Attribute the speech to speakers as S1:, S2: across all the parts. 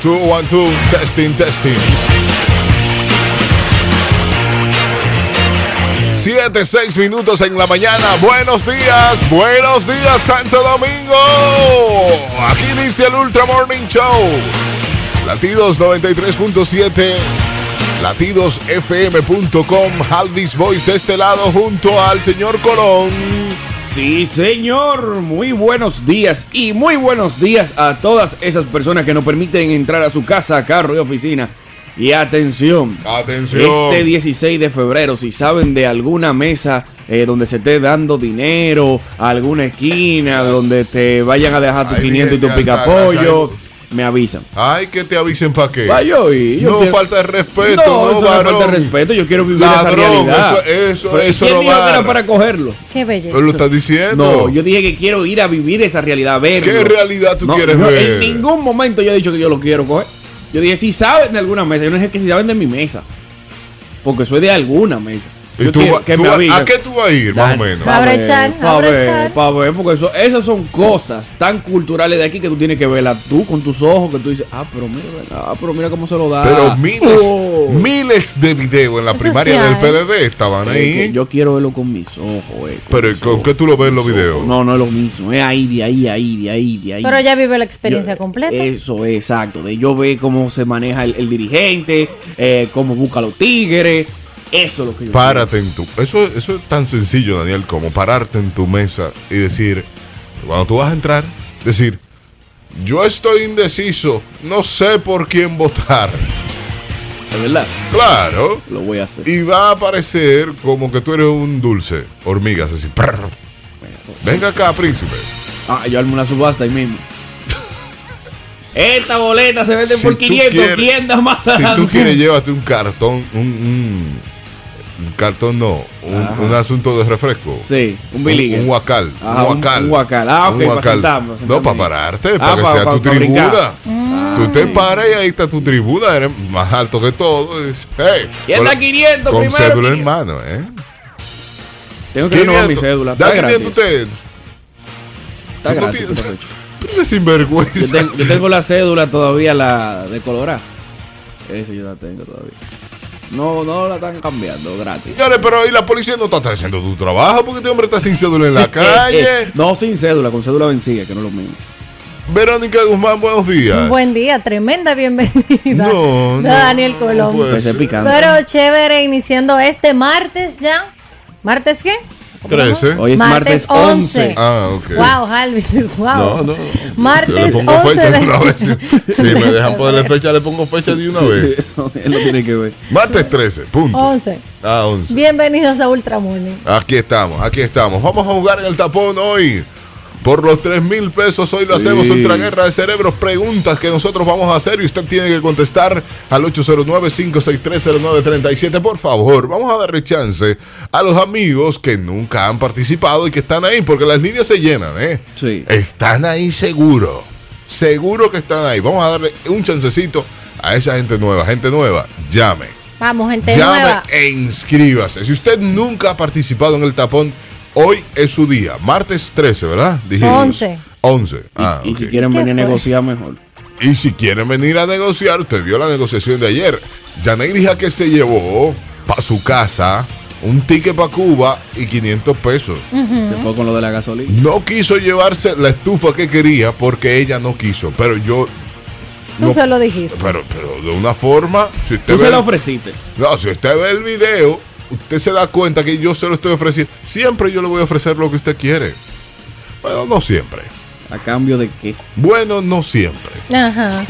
S1: two, one, two. Testing, testing. 7, 6 minutos en la mañana. Buenos días, buenos días, Santo Domingo. Aquí dice el Ultra Morning Show. Latidos 93.7, latidosfm.com, Halvis Voice de este lado junto al señor Colón.
S2: Sí, señor. Muy buenos días y muy buenos días a todas esas personas que nos permiten entrar a su casa, carro y oficina. Y atención,
S1: atención.
S2: Este 16 de febrero, si saben de alguna mesa eh, donde se esté dando dinero, alguna esquina donde te vayan a dejar tus
S1: Ay,
S2: 500 y tu
S1: bien,
S2: picapollo,
S1: ay,
S2: me avisan.
S1: Ay, que te avisen para qué.
S2: Vaya, yo, y yo
S1: no
S2: quiero-
S1: falta de respeto,
S2: No,
S1: no,
S2: eso no es
S1: varón.
S2: falta de respeto, yo quiero vivir esa
S1: Ladrón,
S2: realidad.
S1: eso- eso-
S2: Pero,
S1: eso
S2: ¿Quién
S1: no
S2: dijo que
S1: vale.
S2: era para cogerlo?
S3: Qué belleza.
S1: Pero lo estás diciendo.
S2: No, yo dije que quiero ir a vivir esa realidad, a verlo.
S1: ¿Qué realidad tú
S2: No,
S1: quieres
S2: no,
S1: ver?
S2: En ningún momento yo he dicho que yo lo quiero coger. Yo dije, si saben de alguna mesa, yo no dije que si saben de mi mesa. Porque soy de alguna mesa.
S1: ¿Y
S2: Yo
S1: tú,
S2: quiero
S1: va- tú va-
S2: avisen.
S1: ¿A qué tú vas a ir, más o menos?
S2: Pa'
S3: Va.
S2: ver,
S3: Abrochar,
S2: pa' ver,
S3: abrochar.
S2: pa' ver, porque eso, esas son cosas tan culturales de aquí que tú tienes que verlas tú con tus ojos, que tú dices, ah, pero mira, ah, pero mira cómo se lo da.
S1: Pero miles,
S2: Oh.
S1: miles de videos en la
S3: Eso
S1: primaria
S3: sí
S1: del
S3: hay.
S1: PLD estaban
S2: Es Eh, que
S1: ahí.
S2: yo quiero verlo con mis ojos, eh,
S1: Pero,
S2: mis
S1: ¿con
S2: ojos,
S1: qué tú lo ves en los
S2: mis
S1: videos?
S2: ojos. No, no es lo mismo. Es ahí, de ahí, ahí, de ahí, de ahí.
S3: Pero ya vive la experiencia
S2: Yo-
S3: completa.
S1: eh,
S2: Eso, es, exacto. De yo ver cómo se maneja el, el dirigente, eh, cómo busca a los tigres. Eso es lo que yo
S1: Párate en tu. Eso, eso es tan sencillo, Daniel, como pararte en tu mesa y decir, cuando tú vas a entrar, decir, yo estoy indeciso, no sé por quién votar.
S2: quiero. De verdad,
S1: Claro.
S2: lo voy a hacer.
S1: Y va a aparecer como que tú eres un dulce, hormigas, así. prr. Venga acá, príncipe.
S2: Ah, yo armo una subasta ahí mismo. Esta boleta se vende
S1: Si
S2: por
S1: tú
S2: 500.
S1: quieres-
S2: ¿Quién da más
S1: Si tú
S2: adelante?
S1: quieres, llévate un cartón, un, un- un cartón no, un, un asunto de refresco.
S2: Sí, un
S1: Un,
S2: bilíguer.
S1: un guacal.
S2: Ajá,
S1: un guacal.
S2: un guacal. Ah, ok,
S1: Un
S2: para
S1: guacal.
S2: sentarme, para
S1: No,
S2: sentarme
S1: para
S2: ahí.
S1: pararte,
S2: Ah,
S1: para que
S2: pa-
S1: sea
S2: pa-
S1: tu
S2: pa
S1: tribuna.
S2: brincar.
S3: Mm.
S2: Ah,
S1: Tú te paras y ahí está tu tribuna, eres más alto que todo. y dices, hey,
S2: ¿Quién
S1: con-
S2: da 500
S1: Con
S2: primero?
S1: cédula
S2: 500.
S1: hermano, ¿eh?
S2: Tengo que renovar mi
S1: 500.
S2: cédula.
S1: Da
S2: Está
S1: 500
S2: gratis.
S1: usted.
S2: Está
S1: Tú no
S2: gratis.
S1: tienes-
S2: por favor.
S1: Ese
S2: Yo
S1: sinvergüenza.
S2: tengo, yo tengo la cédula todavía, la de Colorado. Esa yo la tengo todavía. No, no la están cambiando, gratis.
S1: Señores, pero ahí la policía no está haciendo tu trabajo porque este hombre está sin cédula en la calle.
S2: no sin cédula, con cédula vencida, que no es lo mismo.
S1: Verónica Guzmán, buenos días.
S3: Un buen día, tremenda bienvenida.
S1: No, no,
S3: Daniel Colón.
S1: pues.
S2: Empecé picando.
S3: Pero chévere, iniciando este martes ya. ¿Martes qué? ¿Cómo
S1: 13.
S2: Hoy es martes 11.
S1: Ah, ok.
S3: Wow, Jalvis, wow.
S1: No, no. Yo le
S3: Martes
S1: pongo
S3: 11
S1: fecha de
S3: de-
S1: una vez. Si me dejan ponerle fecha, le pongo fecha de una vez.
S2: Eso él lo tiene que ver.
S1: Martes 13, punto.
S3: 11.
S1: Ah, 11.
S3: Bienvenidos a Ultramorning.
S1: Aquí estamos, aquí estamos. Vamos a jugar en el tapón hoy. Por los 3 mil pesos, hoy lo
S2: Sí.
S1: hacemos otra guerra de cerebros. Preguntas que nosotros vamos a hacer y usted tiene que contestar al 809-5630937. Por favor, vamos a darle chance a los amigos que nunca han participado y que están ahí, porque las líneas se llenan, ¿eh?
S2: Sí.
S1: Están ahí seguro. Seguro que están ahí. Vamos a darle un chancecito a esa gente nueva. Gente nueva, llame.
S3: Vamos, gente
S1: Llame
S3: nueva.
S1: e inscríbase. Si usted nunca ha participado en el tapón, hoy es su día. Martes 13, ¿verdad? Dijimos.
S3: Once.
S1: 11. Ah,
S2: y
S1: ok.
S2: si quieren
S3: ¿Qué
S2: venir a
S3: fue?
S2: negociar mejor.
S1: Y si quieren venir a negociar, usted vio la negociación de ayer. Yaneiri que se llevó para su casa un ticket para Cuba y 500 pesos.
S2: Se fue con lo de la gasolina.
S1: No quiso llevarse la estufa que quería porque ella no quiso. Pero yo.
S3: Tú
S1: no-
S3: se lo dijiste.
S1: Pero, pero de una forma. Si usted
S2: Tú se
S1: ve-
S2: la ofreciste.
S1: No, si usted ve el video, usted se da cuenta que yo se lo estoy ofreciendo. Siempre yo le voy a ofrecer lo que usted quiere. Bueno, no siempre.
S2: ¿A cambio de qué?
S1: Bueno, no siempre.
S3: Ajá.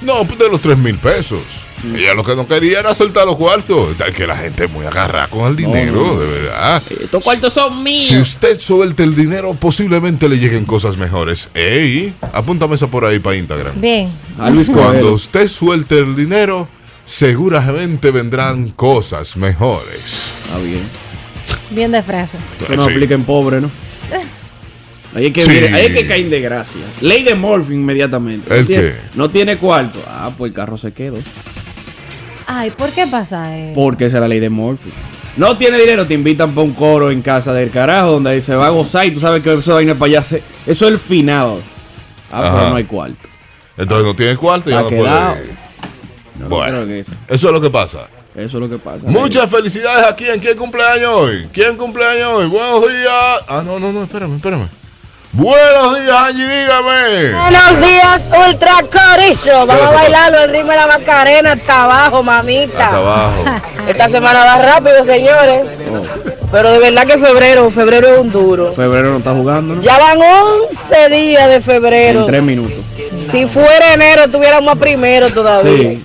S1: No, pues de los 3 mil pesos.
S2: Mm.
S1: Ella lo que no quería era soltar los cuartos. Tal que la gente es muy agarrada con el dinero, de verdad.
S2: Estos cuartos son
S1: Si usted suelta el dinero, posiblemente le lleguen cosas mejores. Ey, apúntame esa por ahí para Instagram.
S3: Bien.
S2: A Luis
S1: Cuando
S2: Coelho.
S1: usted suelte el dinero, seguramente vendrán cosas mejores. Eh,
S2: Está Ah, bien.
S3: Bien de frase.
S2: Que no
S1: Sí.
S2: apliquen pobre, ¿no? Ahí es que,
S1: Sí.
S2: viene- ahí es que caen de gracia. Ley de Morphy inmediatamente.
S1: ¿El
S2: no, tiene,
S1: qué?
S2: no tiene cuarto. Ah, pues el carro se quedó.
S3: Ay, ¿por qué pasa eso?
S2: Porque esa es la ley de Morphy. No tiene dinero, te invitan para un coro en casa del carajo donde se va a gozar y tú sabes que eso vaina para allá. se- eso es el finado. Ah,
S1: Ajá.
S2: pero no hay cuarto.
S1: Entonces no tienes cuarto y ya
S2: Ha
S1: no
S2: quedado.
S1: puedes.
S2: No,
S1: Bueno.
S2: no creo que eso.
S1: Eso es lo que pasa.
S2: Eso es lo que pasa.
S1: Muchas felicidades a quien. ¿Quién cumpleaños hoy? ¿Quién cumpleaños hoy? Buenos días. Ah, no, no, no, espérame, espérame. Buenos días, Angie, dígame.
S4: Buenos días, Ultra Corillo. Vamos a bailarlo el ritmo de la Macarena hasta abajo,
S1: Hasta
S4: mamita.
S1: abajo.
S4: Esta semana va rápido, señores. Pero de verdad que febrero, febrero es un duro.
S2: Febrero no está jugando, ¿no?
S4: Ya van 11 días de
S2: En
S4: febrero.
S2: tres minutos.
S4: Si fuera enero, estuviéramos a primero todavía.
S2: Sí.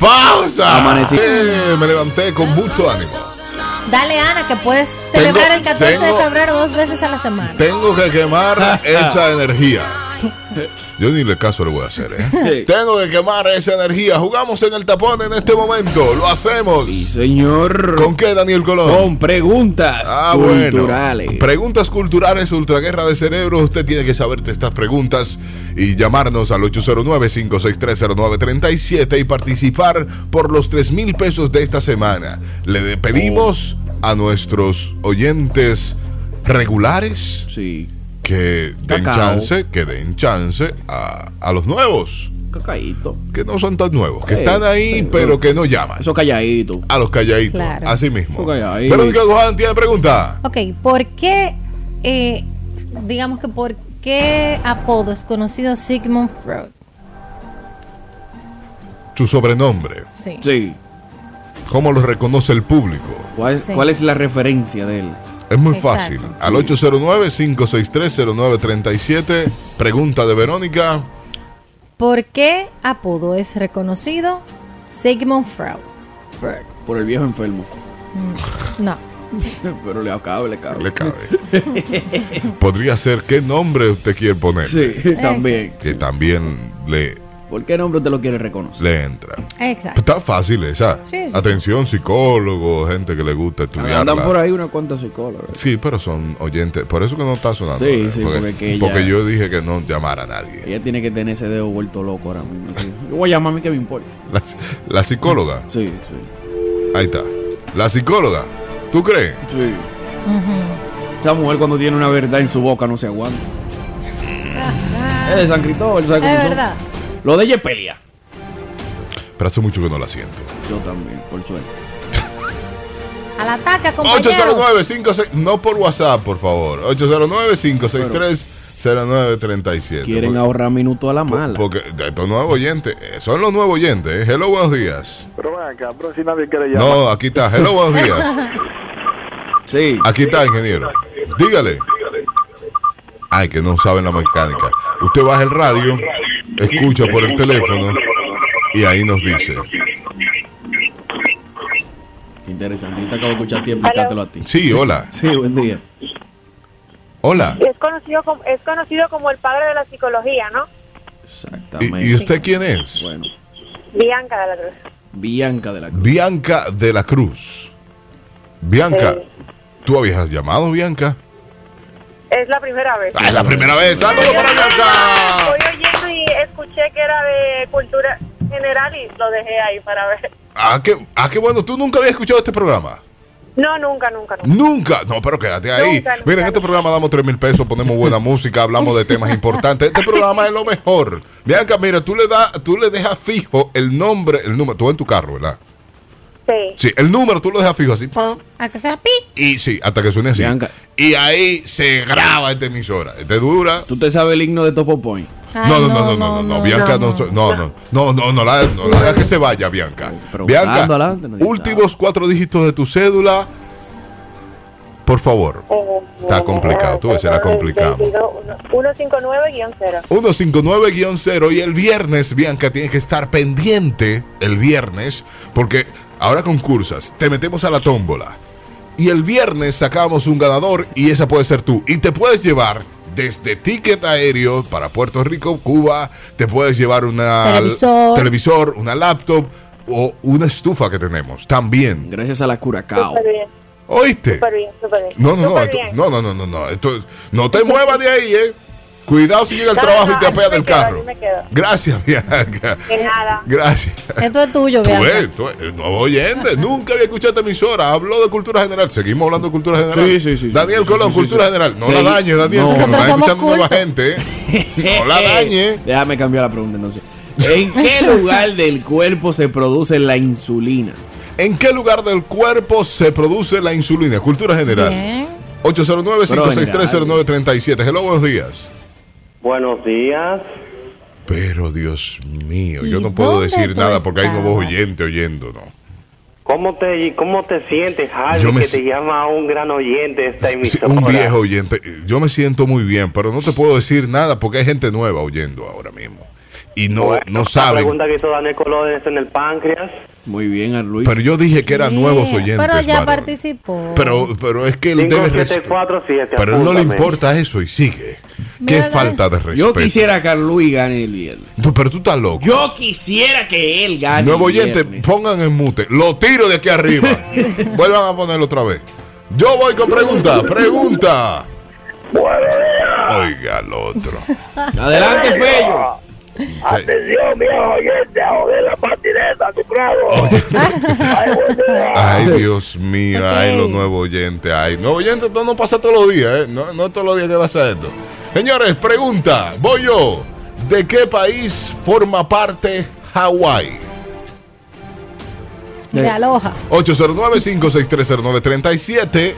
S1: ¡Pausa!
S2: Amanecí.
S1: Eh, me levanté con mucho ánimo.
S3: Dale, Ana, que puedes
S1: Tengo-
S3: celebrar el 14
S1: tengo-
S3: de febrero dos veces a la semana.
S1: Tengo que quemar esa energía. Yo ni le caso le voy a hacer, ¿eh? Tengo que quemar esa energía. Jugamos en el tapón en este momento. Lo hacemos.
S2: Sí, señor.
S1: ¿Con qué, Daniel Colón?
S2: Con preguntas
S1: Ah, bueno.
S2: culturales.
S1: Preguntas culturales, Ultraguerra de Cerebro. Usted tiene que saberte estas preguntas y llamarnos al 809-5630937 y participar por los 3 mil pesos de esta semana. Le de- pedimos
S2: Oh.
S1: a nuestros oyentes regulares
S2: sí.
S1: que den
S2: Cacao.
S1: chance, que den chance a, a los nuevos,
S2: Cacaíto.
S1: que no son tan nuevos, que
S2: Sí,
S1: están ahí
S2: sí.
S1: pero que no llaman.
S2: Eso calladito.
S1: A los calladitos,
S3: Claro.
S1: así mismo.
S2: Los calladitos.
S1: Verónica Guzmán tiene pregunta.
S3: Ok, ¿por qué, eh, digamos que por qué apodos conocido Sigmund Freud?
S1: Su sobrenombre.
S3: Sí.
S2: Sí.
S1: ¿Cómo lo reconoce el público?
S2: ¿Cuál,
S3: Sí.
S2: cuál es la referencia de él?
S1: Es muy
S3: Exacto.
S1: fácil. Al 809-563-0937, pregunta de Verónica.
S3: ¿Por qué apodo es reconocido Sigmund Freud? Freud.
S2: Por el viejo enfermo.
S3: No.
S2: Pero le acaba, le cabe.
S1: Le cabe. Podría ser qué nombre usted quiere poner.
S2: Sí, también.
S1: Que también le,
S2: ¿Por qué nombre te lo quiere reconocer?
S1: le entra.
S3: Exacto.
S1: Está fácil esa.
S3: Sí, sí, sí.
S1: Atención, psicólogo, gente que le gusta estudiar.
S2: Andan por ahí unas cuantas psicólogas.
S1: Sí, pero son oyentes. Por eso que no está sonando.
S2: Sí,
S1: ¿eh?
S2: sí, porque que ella-
S1: porque yo dije que no llamara a nadie.
S2: Ella tiene que tener ese dedo vuelto loco ahora mismo. sí. Yo voy a llamar a mí que me importa.
S1: La, la psicóloga.
S2: Sí, sí.
S1: Ahí está. La psicóloga. ¿Tú crees?
S2: Sí. Esa mujer cuando tiene una verdad en su boca no se aguanta. es de San Cristóbal, ¿sabes cómo
S3: Es
S2: son?
S3: verdad.
S2: Lo de ella es pelea.
S1: Pero hace mucho que no la siento.
S2: Yo también, por suerte.
S3: Al ataque, compañero.
S1: 809-56. No por WhatsApp, por favor. 809-563-0937.
S2: Quieren
S1: Porque-
S2: ahorrar minutos a la mala.
S1: Porque estos nuevos oyentes. eh, Son los nuevos oyentes. eh. Hello, buenos días.
S5: Pero ven acá, pero si nadie quiere llamar.
S1: No, aquí está. Hello, buenos días.
S2: Sí.
S1: Aquí está, ingeniero. Dígale. Ay, que no saben la mecánica. Usted baja el radio, escucha por el teléfono y ahí nos dice.
S2: Qué interesante. Yo te acabo de escuchar a ti explicártelo a ti.
S1: Sí, hola.
S2: Sí, buen día.
S1: Hola.
S6: Es conocido como, es conocido como el padre de la psicología, ¿no?
S1: ¿Y,
S2: Exactamente.
S1: y usted quién es?
S2: Bueno,
S6: Bianca de la Cruz.
S2: Bianca de la Cruz.
S1: Bianca de la Cruz. Bianca, ¿tú habías llamado, Bianca?
S6: Es la primera vez.
S1: Ah, es la primera vez. ¡Dándolo para Bianca!
S6: Estoy oyendo y escuché que era de cultura general y lo dejé ahí para ver.
S1: Ah, qué, ah, qué bueno. ¿Tú nunca habías escuchado este programa?
S6: No, nunca, nunca, nunca.
S1: Nunca. No, pero quédate ahí.
S6: Nunca, nunca,
S1: Mira, en este
S6: nunca.
S1: programa damos 3 mil pesos, ponemos buena música, hablamos de temas importantes. Este programa es lo mejor. Bianca, mira, tú le, das, tú le dejas fijo el nombre, el número. Tú vas en tu carro, ¿verdad?
S6: Sí.
S1: Sí, el número tú lo dejas fijo así. pam,
S3: A que sea pi.
S1: Y sí, hasta que suene así.
S2: Bianca.
S1: Y ahí se graba esta emisora. Este dura.
S2: ¿Tú te sabes el himno de Topo Point?
S3: Ay,
S1: No, no, no, no, no, no, Bianca no, so- no, no, no, no, no, la, no la hagas que se vaya, Bianca.
S2: Pero
S1: Bianca,
S2: buscando adelante, no dice
S1: últimos cuatro dígitos de tu cédula, por favor. Está complicado, tú ves, será complicado.
S6: 159-0.
S1: 159-0 y el viernes, Bianca, tienes que estar pendiente el viernes, porque ahora concursas, te metemos a la tómbola y el viernes sacamos un ganador y esa puede ser tú. Y te puedes llevar desde ticket aéreo para Puerto Rico, Cuba, te puedes llevar una
S3: Televisor.
S1: televisor, una laptop o una estufa que tenemos también.
S2: Gracias a la Curacao.
S6: Súper bien,
S1: ¿Oíste?
S6: súper bien, súper bien.
S1: No, no, no,
S6: Súper
S1: esto-
S6: bien.
S1: no, no, no, no, no, esto- no te muevas de ahí, eh. Cuidado si llega el
S6: No,
S1: trabajo
S6: no,
S1: y te
S6: ahí
S1: apeas
S6: me
S1: del
S6: quedo, ahí
S1: carro.
S6: me quedo.
S1: Gracias, Bianca.
S6: De nada.
S1: Gracias.
S3: Eh, Esto es tuyo,
S1: Tú
S3: Bianca.
S1: ves, tú ves, nuevo oyente, nunca había escuchado esta emisora. Habló de cultura general. Seguimos hablando de cultura general.
S2: Sí, sí, sí, sí,
S1: Daniel
S2: sí, sí,
S1: Colón,
S2: sí, sí,
S1: cultura
S2: sí.
S1: general. No
S2: Sí.
S1: la dañe, Daniel,
S2: No.
S1: porque nos
S3: Nosotros
S1: está
S3: somos
S1: escuchando nueva
S3: cultos.
S1: gente. eh. No la dañe.
S2: Déjame cambiar la pregunta entonces. ¿En qué lugar del cuerpo se produce la insulina?
S1: ¿En qué lugar del cuerpo se produce la insulina? Cultura general.
S3: Bien.
S1: 809-56309-37. Hello, buenos días.
S7: Buenos días.
S1: Pero Dios mío, yo
S3: ¿Y
S1: no puedo
S3: dónde
S1: decir
S3: tú
S1: nada porque hay nuevos
S3: estabas?
S1: oyentes oyendo, ¿no?
S7: ¿Cómo te, cómo te sientes, Harvey,
S1: Yo me
S7: que
S1: si-
S7: te llama un gran oyente de esta
S1: Sí,
S7: emisora?
S1: un viejo oyente. Yo me siento muy bien, pero no te puedo decir nada porque hay gente nueva oyendo ahora mismo. Y no,
S7: Bueno,
S1: no
S7: La
S1: saben.
S7: pregunta que hizo Daniel Colón es en el páncreas.
S2: Muy bien, a Luis.
S1: Pero yo dije que eran
S3: Bien,
S1: nuevos oyentes.
S3: Pero ya
S1: varón.
S3: participó.
S1: Pero, pero es que él debe respetar.
S7: 5747.
S1: Pero él no le
S7: apúntame.
S1: importa eso y sigue. Qué
S3: Mira,
S1: falta de respeto.
S2: Yo quisiera que Luis gane el viernes.
S1: Tú- pero tú estás loco.
S2: Yo quisiera que él gane.
S1: Nuevo
S2: el
S1: oyente,
S2: viernes.
S1: pongan en mute. Lo tiro de aquí arriba. Vuelvan a ponerlo otra vez. Yo voy con pregunta. Pregunta. Oiga al otro.
S2: Adelante, Fello.
S1: Ay, Dios mío, ay,
S3: Ok.
S1: los nuevos oyentes, ay. Nuevo oyente, esto no pasa todos los días, ¿eh? No, no todos los días que pasa esto. Señores, pregunta, voy yo. ¿De qué país forma parte Hawái?
S3: De aloja.
S1: 809-56309-37.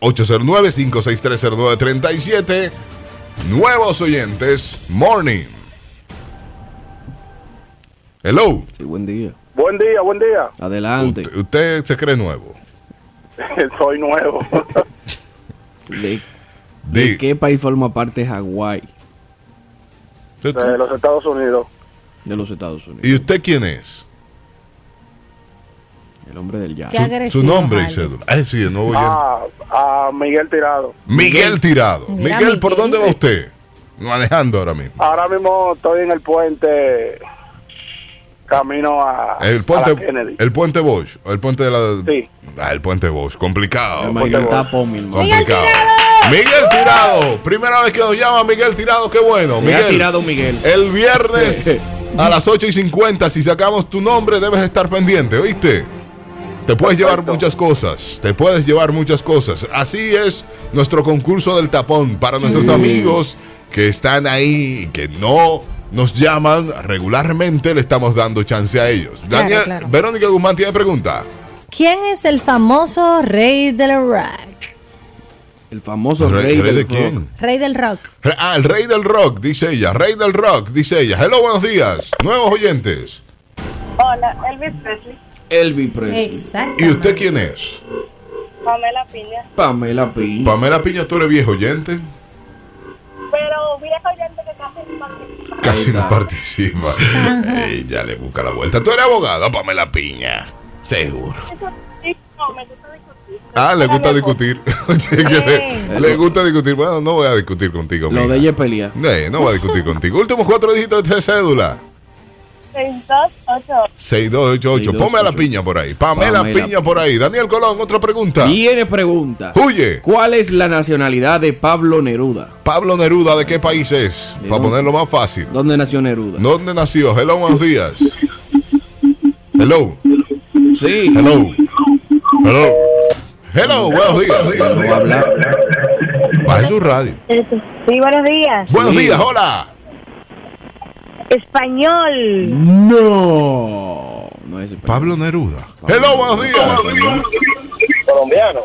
S1: 809-56309-37. Nuevos oyentes, morning. Hello.
S2: Sí, buen día.
S5: Buen día, buen día.
S2: Adelante.
S1: Usted, usted se cree nuevo.
S5: Soy nuevo.
S2: ¿De, de
S1: Di-
S2: qué país forma parte Hawái
S5: De los Estados Unidos.
S2: de los Estados Unidos?
S1: ¿Y usted quién es?
S2: El hombre del jazz.
S3: Qué
S1: Su-
S3: agresivo,
S1: Su nombre y
S3: Alex.
S1: cédula. Ah, sí, de nuevo oyente.
S5: Ah, a Miguel Tirado.
S1: Miguel Tirado.
S3: Mira,
S1: Miguel, ¿por
S3: Miguel.
S1: dónde va usted? Manejando ahora mismo.
S5: Ahora mismo estoy en el puente camino a,
S1: El
S5: a la
S1: puente,
S5: Kennedy.
S1: el puente Bosch. o El puente de la.
S5: Sí.
S1: Ah, el puente Bosch. Complicado.
S2: Además, que
S5: Ponte
S2: está
S5: voz.
S2: Pomi, hermano.
S3: Miguel
S1: Complicado. Miguel Tirado. Primera vez que nos llama Miguel Tirado. Qué bueno.
S2: Me
S1: Miguel.
S2: ha tirado Miguel.
S1: El viernes a las 8 y 50, si sacamos tu nombre, debes estar pendiente, ¿oíste? Te puedes llevar muchas cosas, te puedes llevar muchas cosas. Así es nuestro concurso del tapón para nuestros amigos que están ahí y que no nos llaman regularmente, le estamos dando chance a ellos.
S3: Claro,
S1: Daniel,
S3: claro.
S1: Verónica Guzmán tiene pregunta.
S3: ¿Quién es el famoso rey del rock?
S2: El famoso
S1: ¿Re-
S2: rey,
S1: rey
S2: del
S1: de
S2: rock.
S1: quién?
S3: Rey del rock.
S1: Re- Ah, el rey del rock, dice ella, rey del rock, dice ella. Hello, buenos días, nuevos oyentes.
S6: Hola, Elvis Presley,
S2: Elvis Presley.
S3: Exacto.
S1: ¿Y usted quién es?
S6: Pamela Piña.
S2: Pamela Piña.
S1: Pamela Piña, tú eres viejo oyente.
S6: Pero viejo oyente que casi no participa.
S1: Casi no
S2: Ajá.
S1: participa. Eh, Ey, ya le busca la vuelta. Tú eres abogada, Pamela Piña. Seguro.
S6: No, me gusta discutir.
S1: Ah, le gusta discutir.
S6: pues.
S1: Oye, que le,
S3: Bien.
S1: le gusta discutir. Bueno, no voy a discutir contigo.
S2: Lo
S1: mija.
S2: de ella es pelear.
S1: Eh, no voy a discutir contigo. Últimos cuatro dígitos de cédula.
S6: 6288.
S1: 6288. Pamela
S2: 6288.
S1: Piña por ahí. Pamela,
S2: Pamela
S1: Piña por ahí. Daniel Colón, otra pregunta.
S2: Tiene pregunta.
S1: Huye.
S2: ¿Cuál es la nacionalidad de Pablo Neruda?
S1: Pablo Neruda, ¿de qué país es?
S2: ¿De
S1: Para
S2: dónde?
S1: ponerlo más fácil.
S2: ¿Dónde nació Neruda?
S1: ¿Dónde nació? Hello, buenos días. Hello.
S2: Sí.
S1: Hello. Hello. Hello, buenos días.
S2: No va a hablar.
S1: Baje su radio.
S6: Sí, buenos días.
S1: Buenos días, hola.
S6: Español.
S2: No. No es español.
S1: Pablo Neruda. Hello, buenos días.
S5: Colombiano.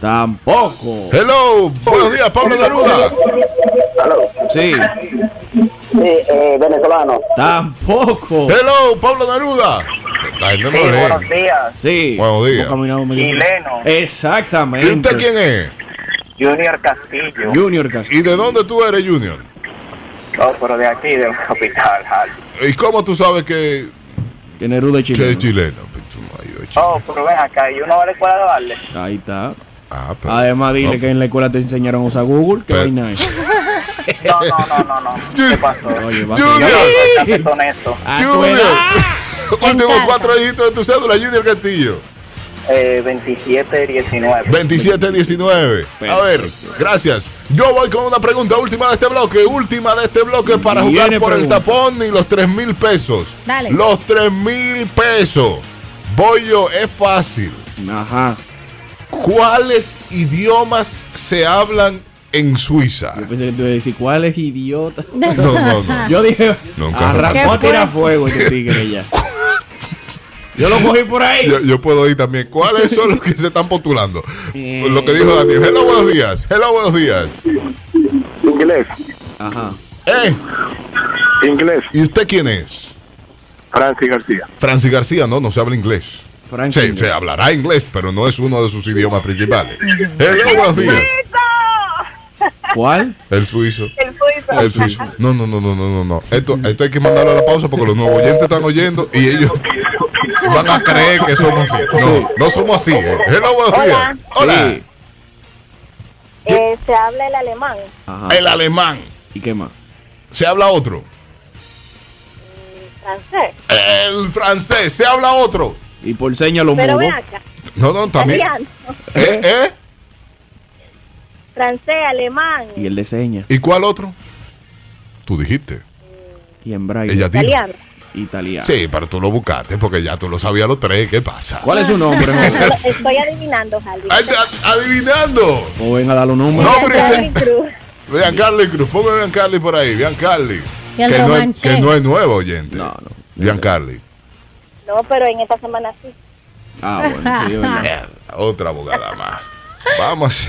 S2: Tampoco.
S1: Hello, buenos días, Pablo Neruda.
S2: Sí.
S7: Sí, eh, venezolano.
S2: Tampoco.
S1: Hello, Pablo Neruda. La gente no lee.
S7: días.
S2: Sí.
S1: Buenos días.
S2: Hemos caminado medio-
S7: Chileno.
S1: ¿Y
S2: Exactamente.
S1: usted quién es?
S7: Junior Castillo.
S2: Junior Castillo.
S1: ¿Y de dónde tú eres, Junior?
S7: No, pero de aquí, del hospital, Harvey.
S1: ¿Y cómo tú sabes que,
S2: Que Neruda es
S1: que
S2: chileno.
S1: es chileno? Pues tú no has ido a Chile.
S7: Oh, pero ven acá, ¿y uno va a la escuela de darle?
S2: Ahí está.
S1: Ah, pero-
S2: Además, dile
S1: no.
S2: que en la escuela te enseñaron a usar Google. Que
S1: Pero-
S2: vaina es.
S7: No, no, no, no, no. ¿Qué pasó?
S2: Oye, va a
S1: Junior.
S2: ser-
S7: Bastante honesto.
S1: Ah,
S8: Ah,
S2: A tu
S1: Junior.
S2: edad.
S1: Últimos
S3: encanta.
S1: cuatro dígitos de tu cédula, Junior Castillo.
S7: Eh, 27-19.
S1: 27-19. A
S2: Perfecto.
S1: ver, gracias. Yo voy con una pregunta última de este bloque. Última de este bloque para jugar
S2: Viene
S1: por el
S2: pregunta.
S1: tapón y los 3 mil pesos.
S3: Dale.
S1: Los 3 mil pesos. Bollo, es fácil.
S2: Ajá.
S1: ¿Cuáles idiomas se hablan en Suiza.
S8: Yo pensé que te iba a decir, ¿cuál es idiota?
S1: No, no, no.
S8: Yo dije,
S1: Nunca
S8: arrancó a
S3: Qué
S8: tirar Ah, fuego este tigre ya. Yo lo cogí por ahí.
S1: Yo, yo puedo ir también. ¿Cuáles son los que se están postulando?
S8: Eh.
S1: Por Lo que dijo Daniel. Hello, buenos días. Hello, buenos días.
S5: Inglés,
S8: Ajá.
S1: ¿Eh?
S5: inglés,
S1: ¿Y usted quién es?
S5: Francis García.
S1: Francis García, no, no se habla inglés.
S8: Frank
S1: Se,
S8: Inglés.
S1: se hablará inglés, pero no es uno de sus idiomas principales. Hello, buenos días.
S8: ¿Cuál?
S1: El suizo.
S6: El suizo.
S1: El suizo. No, no, no, no, no, no, no. Esto, esto hay que mandarlo a la pausa porque los nuevos oyentes están oyendo y ellos van a creer que somos así. No, no somos así. eh. Hello, buenos días. Hola.
S8: Sí.
S6: Eh, se habla el alemán.
S8: Ajá.
S1: El alemán.
S8: ¿Y qué más?
S1: Se habla otro.
S6: Francés.
S1: El francés. Se habla otro.
S8: Y por seña lo
S6: Pero
S8: mudo.
S6: ven acá.
S1: No, no, también.
S6: Italiano.
S1: ¿Eh? ¿Eh?
S6: Francés, alemán.
S8: Y el de seña.
S1: ¿Y cuál otro? Tú dijiste.
S8: Y en braille.
S1: Ella dijo.
S6: Italiano.
S8: Italiano.
S1: Sí, pero tú lo buscaste porque ya tú lo sabías los tres. ¿Qué pasa?
S8: ¿Cuál es su nombre, joven?
S6: Lo- Estoy adivinando, Jalí.
S1: Ay, a- Adivinando.
S8: Joven a dar los nombres.
S1: Nombre y se-
S6: Carmen Cruz.
S1: Vean Carly Cruz, ponme Vean Carly por ahí, Vean Carly.
S3: Y el
S1: Que no, es,
S3: Romanche.
S1: que no es nuevo, oyente.
S8: No, no.
S1: Vean Carly.
S6: No, pero en esta semana sí.
S8: Ah, bueno, sí, es verdad.
S1: Otra abogada más. Vamos.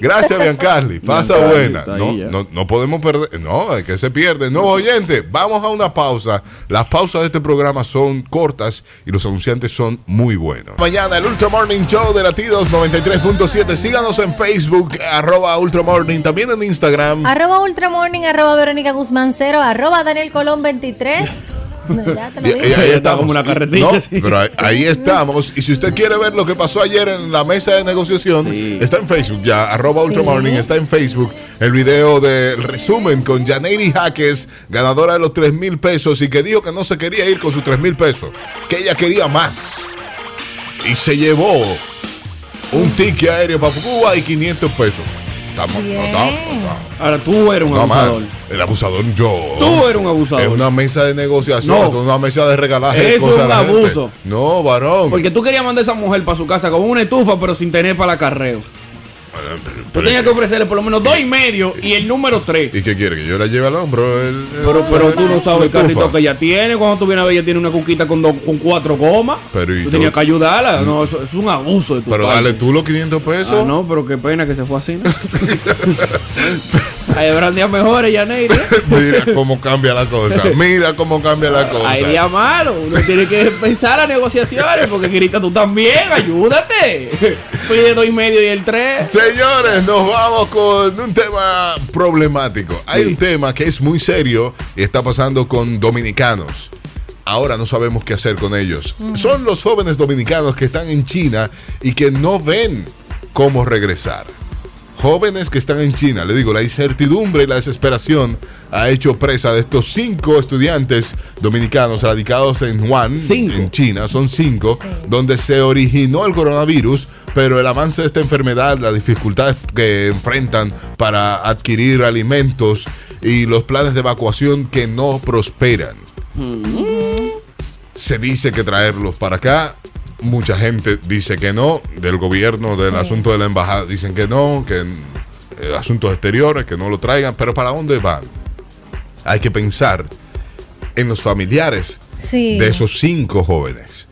S1: Gracias, Biancarli. Pasa
S8: Biancarli
S1: buena.
S8: está ahí
S1: No,
S8: ya.
S1: no, no podemos perder. No, es que se pierde. No, oyente, vamos a una pausa. Las pausas de este programa son cortas y los anunciantes son muy buenos. Mañana el Ultra Morning Show de Latidos 93.7. Síganos en Facebook, arroba Ultra Morning. También en Instagram.
S3: Arroba Ultramorning, arroba Verónica Guzmán Cero, arroba Daniel Colón 23. No, ya Ah, te lo
S1: Y- y
S3: dije.
S8: Ahí está
S1: estamos.
S8: como una carretilla,
S1: No,
S8: sí.
S1: Pero ahí, ahí estamos. Y si usted quiere ver lo que pasó ayer en la mesa de negociación,
S8: Sí.
S1: está en Facebook ya. Arroba Ultramorning está en Facebook. El video del resumen con Janeiri Jaques, ganadora de los 3 mil pesos y que dijo que no se quería ir con sus 3 mil pesos, que ella quería más. Y se llevó un ticket aéreo para Cuba y 500 pesos. Estamos, no,
S3: Bien.
S1: estamos, no, estamos.
S8: Ahora tú eres un
S1: No, man.
S8: abusador.
S1: El abusador yo.
S8: Tú eres un abusador.
S1: Es una mesa de negociación,
S8: No.
S1: esto es una mesa de regalaje. de
S8: Eso
S1: cosas
S8: es
S1: a
S8: un
S1: la gente.
S8: abuso.
S1: No, varón.
S8: Porque tú querías mandar a esa mujer para su casa con una estufa, pero sin tener para el acarreo. Tú
S1: Pero-
S8: tenías que ofrecerle por lo menos dos y medio y el número tres.
S1: ¿Y qué quiere? ¿Que yo la lleve al hombro? El,
S8: Pero, pero tú no sabes el
S1: la estufa?
S8: carrito que ella tiene. Cuando tú vienes a ver, ella tiene una cuquita con, dos- con cuatro gomas.
S1: Pero,
S8: tú
S1: ¿y tú?
S8: tenías que ayudarla. No, eso es un abuso de tu
S1: Pero
S8: parte.
S1: dale tú los 500 pesos.
S8: Ah, no, pero qué pena que se fue así. ¿no? Ahí habrán días mejores, Yaneira.
S1: Mira cómo cambia la cosa. Mira cómo cambia la cosa.
S8: Hay días malos. Uno tiene que pensar a negociaciones porque, Grita, tú también. Ayúdate. Pide dos y medio y el tres.
S1: Señores, nos vamos con un tema problemático. Hay un tema que es muy serio y está pasando con dominicanos. Ahora no sabemos qué hacer con ellos.
S8: Mm.
S1: Son los jóvenes dominicanos que están en China y que no ven cómo regresar. Jóvenes que están en China, le digo, la incertidumbre y la desesperación ha hecho presa de estos cinco estudiantes dominicanos radicados en Wuhan,
S8: Cinco.
S1: en China, son cinco, donde se originó el coronavirus, pero el avance de esta enfermedad, las dificultades que enfrentan para adquirir alimentos y los planes de evacuación que no prosperan. Se dice que traerlos para acá. Mucha gente dice que no, del gobierno, del asunto de la embajada dicen que no, que eh, asuntos exteriores, que no lo traigan, pero ¿para dónde van? Hay que pensar en los familiares
S3: Sí.
S1: de esos cinco jóvenes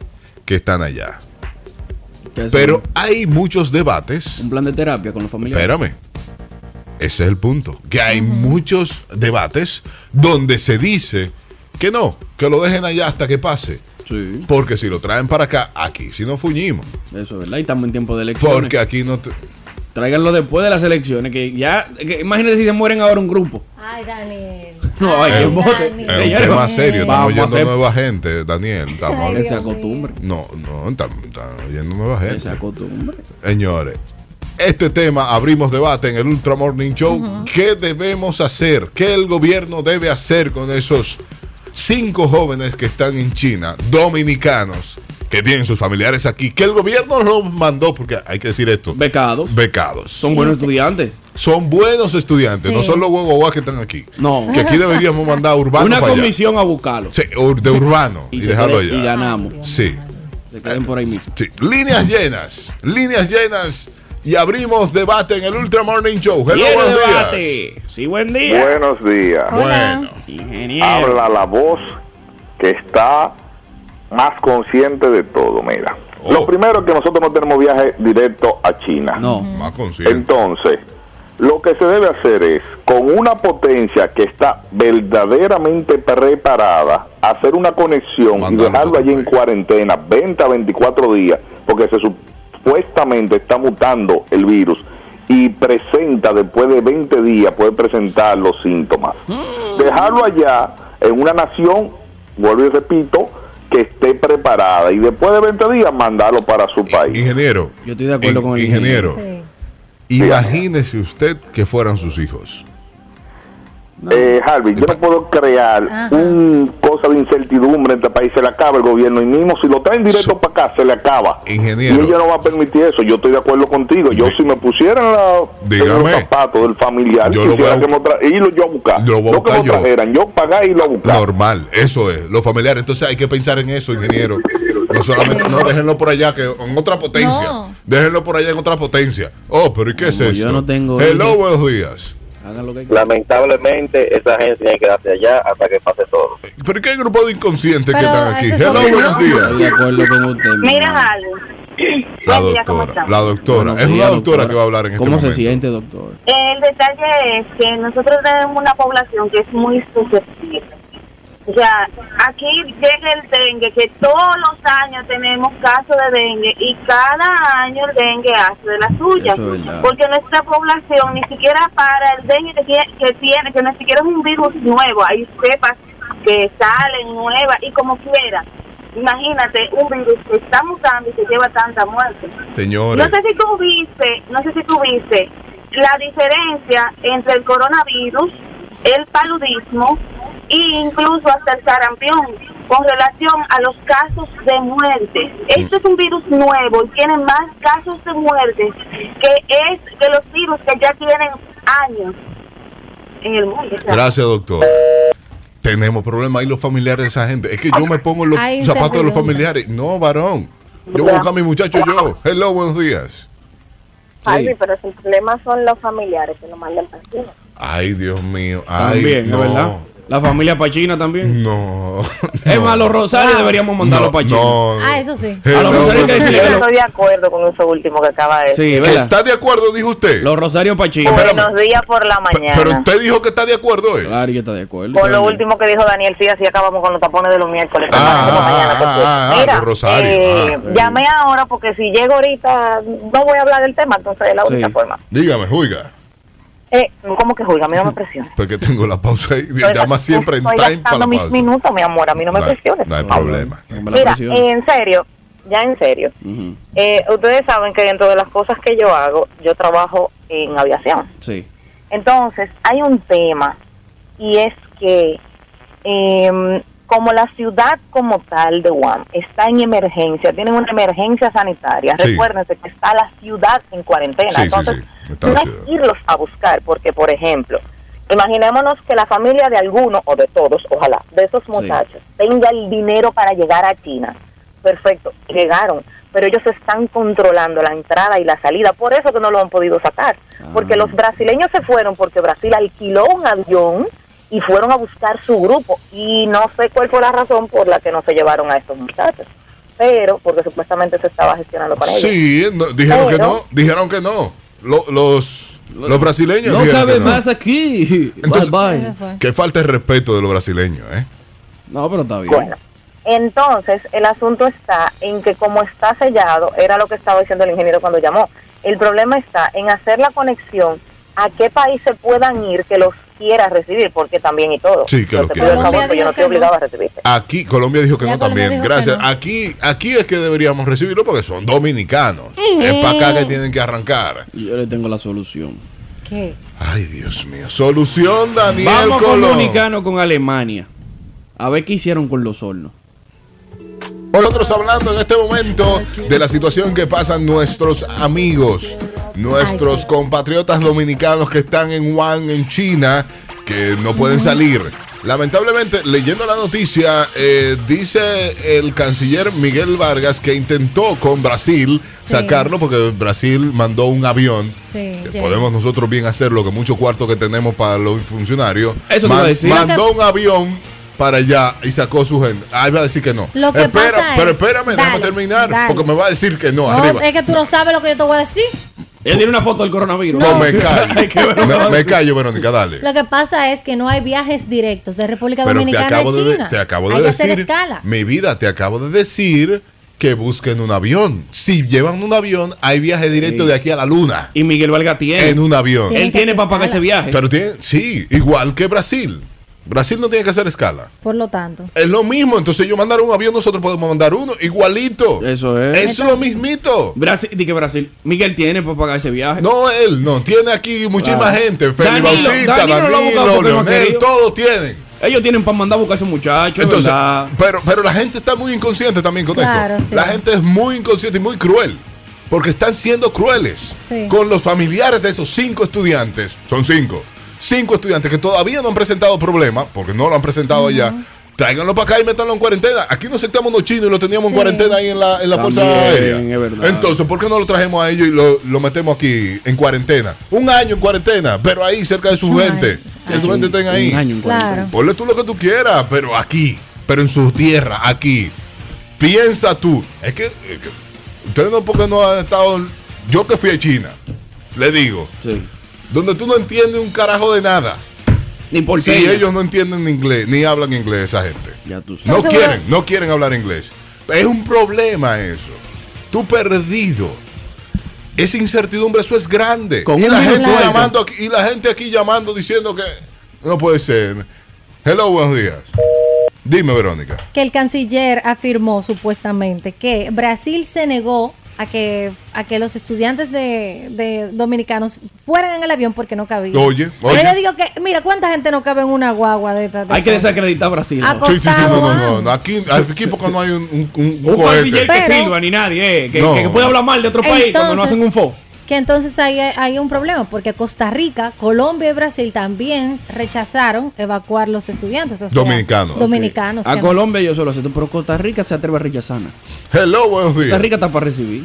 S1: que están allá. Pero hay muchos debates.
S8: Un plan de terapia con los familiares.
S1: Espérame. Ese es el punto. Que hay muchos debates donde se dice que no, que lo dejen allá hasta que pase.
S8: Sí,
S1: Porque si lo traen para acá, aquí si no fuñimos.
S8: eso es verdad. Y estamos en tiempo de elecciones.
S1: Porque aquí no te-
S8: Tráiganlo después de las elecciones. Que ya. que imagínate si se mueren ahora un grupo.
S3: Ay, Daniel.
S8: No, hay
S1: Es
S8: que
S1: un-
S8: votar.
S1: es
S3: Daniel.
S1: un
S8: Señores,
S1: tema
S8: vamos-
S1: serio. Estamos
S8: vamos a
S1: oyendo
S8: hacer-
S1: nueva gente, Daniel. Estamos-
S8: Que se acostumbre.
S1: no, no, estamos estamos oyendo nueva
S8: Que se
S1: gente.
S8: acostumbre.
S1: Señores, este tema abrimos debate en el Ultra Morning Show. ¿Qué debemos hacer? ¿Qué el gobierno debe hacer con esos cinco jóvenes que están en China, dominicanos, que tienen sus familiares aquí? Que el gobierno los mandó, porque hay que decir esto,
S8: Becados.
S1: becados. Son,
S8: Son buenos estudiantes.
S1: buenos estudiantes,
S3: Sí.
S1: no son los guaguas que están aquí.
S8: No.
S1: Que aquí deberíamos mandar urbanos
S8: Una
S1: para allá.
S8: comisión a buscarlos.
S1: Sí, ur- de urbano y,
S8: se
S1: dejarlo
S8: quede- y
S1: allá.
S8: ganamos.
S1: Sí.
S8: Se queden por ahí mismo.
S1: Sí, líneas llenas, líneas llenas y abrimos debate en el Ultra Morning Show. Hello,
S8: Quiero
S1: buenos días.
S8: debate. Sí, buen día.
S7: Buenos días.
S3: Hola.
S8: Ingeniero.
S7: Habla la voz que está más consciente de todo, mira.
S1: Oh.
S7: Lo primero es que nosotros no tenemos viaje directo a China.
S8: No.
S1: Más consciente.
S7: Entonces, lo que se debe hacer es, con una potencia que está verdaderamente preparada, hacer una conexión
S1: Mandando
S7: y dejarlo
S1: otro
S7: allí en
S1: país.
S7: cuarentena 20 a 24 días, porque se supuestamente está mutando el virus y presenta después de 20 días, puede presentar los síntomas. Dejarlo allá en una nación, vuelvo y repito, que esté preparada y después de 20 días mandarlo para su país.
S1: Ingeniero.
S8: Yo estoy de acuerdo con el
S1: ingeniero.
S3: Sí.
S1: Imagínese usted que fueran sus hijos.
S7: Eh, Harvey, yo no puedo crear
S3: Ajá.
S7: un cosa de incertidumbre entre países, se le acaba el gobierno y mismo si lo traen directo
S1: So-
S7: para acá, se le acaba.
S1: Ingeniero.
S7: Y ella no va a permitir eso, yo estoy de acuerdo contigo. Yo
S1: Di-
S7: si me pusieran la,
S1: Dígame.
S7: en los zapatos del familiar,
S1: Yo lo
S7: quisiera
S1: voy a
S7: que me tra- y lo yo a buscar.
S1: Lo voy
S7: No
S1: a
S7: que
S1: buscar
S7: me
S1: yo.
S7: trajeran, yo pagar y lo a buscar.
S1: Normal, eso es, los familiares. Entonces hay que pensar en eso, ingeniero. No solamente,
S3: Sí.
S1: no, déjenlo por allá, que en otra potencia.
S3: No.
S1: Déjenlo por allá en otra potencia. Oh, pero ¿y qué es
S2: Como
S1: eso?
S2: yo no tengo
S1: Hello,
S2: hijos.
S1: buenos días.
S2: Hagan lo que quieran.
S9: Lamentablemente, esa gente tiene que quedarse allá hasta que pase todo.
S1: ¿Pero y qué grupo de inconscientes que
S3: Pero
S1: están aquí?
S3: ese es
S1: Hello,
S3: otro,
S1: buenos
S3: ¿no?
S1: días.
S2: Estoy de acuerdo con usted. mi hermano.
S6: Mira algo.
S1: La
S6: Buen día, ¿cómo
S1: doctora,
S6: estás?
S1: la doctora.
S2: Buenos
S1: Es una
S2: días,
S1: doctora que va a hablar en este
S2: ¿Cómo se
S1: momento.
S2: siente, doctor?
S6: El detalle es que nosotros tenemos una población que es muy susceptible. O sea, aquí llega el dengue, que todos los años tenemos casos de dengue y cada año el dengue hace de las suyas.
S2: Eso es verdad.
S6: porque nuestra población ni siquiera para el dengue que tiene, que tiene, que ni siquiera es un virus nuevo, hay cepas que salen nuevas y como quiera. Imagínate un virus que está mutando y que lleva tanta muerte. No
S1: Señores,
S6: sé si tú viste, no sé si tú viste la diferencia entre el coronavirus, el paludismo e incluso hasta el sarampión con relación a los casos de muerte. Este es un virus nuevo y tiene más casos de muerte que es que los virus que ya tienen años en el mundo. o sea,
S1: gracias, doctor. Tenemos problemas ahí los familiares de esa gente. Es que yo me pongo en los
S3: Ay,
S1: zapatos de los
S3: incertidumbre.
S1: familiares. No, varón. Yo voy a buscar a mi muchacho yo. Hello, buenos días.
S6: Harvey, pero si el problema son los familiares que nos mandan para China.
S1: Ay, Dios mío. Ay,
S2: También, es
S1: no.
S2: verdad. La familia Pachina también.
S1: No.
S2: Es más,
S1: no. Ah.
S2: los Rosarios deberíamos mandarlo
S1: No,
S2: para China.
S1: no.
S3: Ah, eso sí.
S1: Hello,
S2: A los Rosarios hay que
S1: buenos
S2: decirle
S1: días.
S2: que lo-
S6: de acuerdo con eso último que acaba de
S2: Sí,
S1: Que
S2: ¿verdad?
S1: ¿Está de acuerdo, dijo usted?
S2: Los Rosarios Pachina.
S1: Espérame.
S6: días por la
S1: P- Pero usted dijo que está de acuerdo, ¿eh?
S2: Claro, yo estoy de acuerdo.
S6: Con lo último que dijo Daniel, sí, así acabamos con los tapones de los miércoles.
S1: Ah,
S6: Amanecemos
S1: ah,
S6: mañana,
S1: ah,
S6: por cierto.
S1: ah, ah,
S6: Mira,
S1: con Rosario,
S6: eh,
S1: ah.
S6: llamé ahora porque si llego ahorita no voy a hablar del tema, entonces es la única
S2: Sí.
S6: forma.
S1: Dígame, juiga.
S6: Eh, ¿Cómo que juega? A mí no me presiones.
S1: Porque tengo la pausa ahí.
S6: Estoy
S1: Llama
S6: gast-
S1: siempre en
S6: estoy
S1: time para la
S6: gastando mis
S1: pausa.
S6: minutos, mi amor, a mí no me
S1: No hay-
S6: presiones.
S1: no hay
S6: por favor.
S1: problema.
S2: No me la
S6: Mira,
S2: presione.
S6: en serio, ya en serio,
S2: Ujú,
S6: eh, ustedes saben que dentro de las cosas que yo hago, yo trabajo en aviación.
S2: Sí.
S6: Entonces, hay un tema y es que em, como la ciudad como tal de Guam está en emergencia, tienen una emergencia sanitaria,
S1: Sí.
S6: recuérdense que está la ciudad en cuarentena,
S1: Sí, sí,
S6: entonces
S1: sí, está la
S6: no
S1: ciudad.
S6: es irlos a buscar, porque por ejemplo, imaginémonos que la familia de alguno o de todos, ojalá, de esos muchachos tenga el dinero para llegar a China. Perfecto, llegaron, pero ellos están controlando la entrada y la salida, por eso que no lo han podido sacar, porque los brasileños se fueron porque Brasil alquiló un avión y fueron a buscar su grupo y no sé cuál fue la razón por la que no se llevaron a estos muchachos, pero porque supuestamente se estaba gestionando para ellos.
S1: Sí, no, dijeron que
S6: Pero-
S1: no. Dijeron que no. Lo- los, los brasileños
S2: No
S1: dijeron
S2: cabe
S1: que no.
S2: más aquí.
S1: Entonces-
S2: bye
S3: Eso
S2: bye.
S3: fue.
S1: Que falta el respeto de los brasileños, ¿eh?
S2: No, pero está bien.
S6: Bueno, entonces el asunto está en que como está sellado, era lo que estaba diciendo el ingeniero cuando llamó, el problema está en hacer la conexión a qué país se puedan ir que los quiera recibir, porque también y todo.
S1: Sí, que
S6: Yo
S1: los
S6: te
S1: quiera
S6: pido el favor,
S3: recibir.
S6: pues yo no estoy obligado a recibirte.
S1: Aquí, Colombia dijo que
S3: Ya
S1: no
S3: Colombia
S1: también.
S3: dijo que
S1: Gracias.
S3: no.
S1: Aquí, aquí es que deberíamos recibirlo porque son dominicanos. Es para acá que tienen que arrancar.
S2: Yo le tengo la solución.
S3: ¿Qué?
S1: Ay, Dios mío. Solución, Daniel
S2: Vamos con
S1: Colón.
S2: Dominicano con Alemania. A ver qué hicieron con los hornos.
S1: Nosotros hablando en este momento de la situación que pasan nuestros amigos, nuestros
S3: Ay, sí.
S1: compatriotas dominicanos que están en Wuhan, en China, que no pueden salir. Lamentablemente, leyendo la noticia, eh, dice el canciller Miguel Vargas que intentó con Brasil
S3: Sí.
S1: sacarlo porque Brasil mandó un avión.
S3: Sí,
S1: que
S3: ya.
S1: Podemos nosotros bien hacerlo, que muchos cuartos que tenemos para los funcionarios.
S2: Eso te iba a decir.
S1: Mandó un avión para allá y sacó su gente. Ah, iba a decir que no.
S3: Lo que
S1: Espera,
S3: pasa
S1: pero
S3: es-
S1: espérame, déjame
S3: dale,
S1: terminar,
S3: dale.
S1: porque me va a decir que no,
S3: No,
S1: arriba.
S3: es que tú no sabes lo que yo te voy a decir.
S2: Él tiene una foto del coronavirus.
S1: No,
S3: No.
S1: me
S2: Hay que
S1: callo.
S2: ver lo que va
S1: me,
S2: a
S1: me
S2: decir.
S1: callo, Verónica, dale.
S3: Lo que pasa es que no hay viajes directos de República
S1: Pero te
S3: Dominicana
S1: acabo
S3: a
S1: de,
S3: China.
S1: te acabo de
S3: hay que hacer
S1: decir,
S3: escala.
S1: mi vida, te acabo de decir que busquen un avión. Si llevan un avión, hay viaje directo
S2: Sí.
S1: de aquí a la luna
S2: Y Miguel Valga tiene.
S1: en un avión.
S3: Sí.
S8: Él tiene para pagar ese viaje.
S1: Pero tiene, sí, igual que Brasil. Brasil no tiene que hacer escala.
S3: Por lo tanto.
S1: Es lo mismo, entonces ellos mandaron un avión, nosotros podemos mandar uno, igualito.
S2: Eso es.
S1: Es lo mismito.
S2: Brasil, di que Brasil. Miguel tiene pues, para pagar ese viaje.
S1: No él, no, tiene aquí muchísima
S2: Claro.
S1: gente, Feli
S2: Danilo,
S1: Bautista,
S2: Danilo lo ha buscado
S1: Danilo,
S2: porque no ha
S1: Leonel,
S2: querido.
S1: todos tienen.
S2: Ellos tienen para mandar a buscar a ese muchacho,
S1: Entonces,
S2: ¿verdad?
S1: pero, pero la gente está muy inconsciente también con
S3: Claro,
S1: esto.
S3: sí.
S1: La gente es muy inconsciente y muy cruel. Porque están siendo crueles
S3: Sí.
S1: con los familiares de esos cinco estudiantes. Son cinco. Cinco estudiantes que todavía no han presentado problema, porque no lo han presentado allá. Tráiganlo para acá y métanlo en cuarentena. Aquí no aceptamos los chinos y lo teníamos en
S3: Sí.
S1: cuarentena ahí en la, en la Fuerza
S2: También,
S1: Aérea.
S2: es verdad.
S1: Entonces, ¿por qué no lo trajimos a ellos y lo, lo metemos aquí en cuarentena? Un año en cuarentena, pero ahí cerca de su
S3: Ay,
S1: gente. Que
S3: ay.
S1: su gente estén ahí.
S2: Un año en cuarentena.
S3: Claro.
S1: Ponle tú lo que tú quieras, pero aquí, pero en su tierra, aquí. Piensa tú. Es que, es que ustedes no porque no han estado. Yo que fui a China, le digo,
S2: Sí.
S1: donde tú no entiendes un carajo de nada.
S2: Ni por
S1: Y
S2: señas.
S1: ellos no entienden inglés, ni hablan inglés esa gente.
S2: Ya tú sabes.
S1: No
S3: Pero seguro-
S1: quieren, no quieren hablar inglés. Es un problema eso. Tú perdido. Esa incertidumbre, eso es grande.
S2: Con
S1: y,
S2: un
S1: la
S2: virus
S1: gente
S2: muerto.
S1: llamando aquí, y la gente aquí llamando diciendo que no puede ser. Hello, buenos días. Dime, Verónica.
S3: que el canciller afirmó supuestamente que Brasil se negó a que, a que los estudiantes de, de dominicanos fueran en el avión porque no cabían.
S1: Oye, oye.
S3: Yo le digo que, mira, ¿cuánta gente no cabe en una guagua de esta? de
S2: Hay que
S3: esta?
S2: desacreditar a Brasil.
S3: Ah,
S2: ¿no?
S3: con-
S1: Sí, sí, sí, no, no, no,
S3: Gustavo,
S1: no. Aquí, aquí porque no hay un, un- un- un
S2: Un canciller
S1: cohete.
S2: que
S3: Pero-
S2: sirva, ni nadie, eh, que,
S1: No.
S2: que puede hablar mal de otro país cuando no hacen un fo.
S3: Que entonces hay, hay un problema, porque Costa Rica, Colombia y Brasil también rechazaron evacuar los estudiantes. o sea,
S1: Dominicanos.
S3: Dominicanos.
S2: A
S3: que-
S2: Colombia yo solo acepto, pero Costa Rica se atreve a rechazarla.
S1: Hello, buenos
S2: Costa
S1: días.
S2: Rica está para recibir.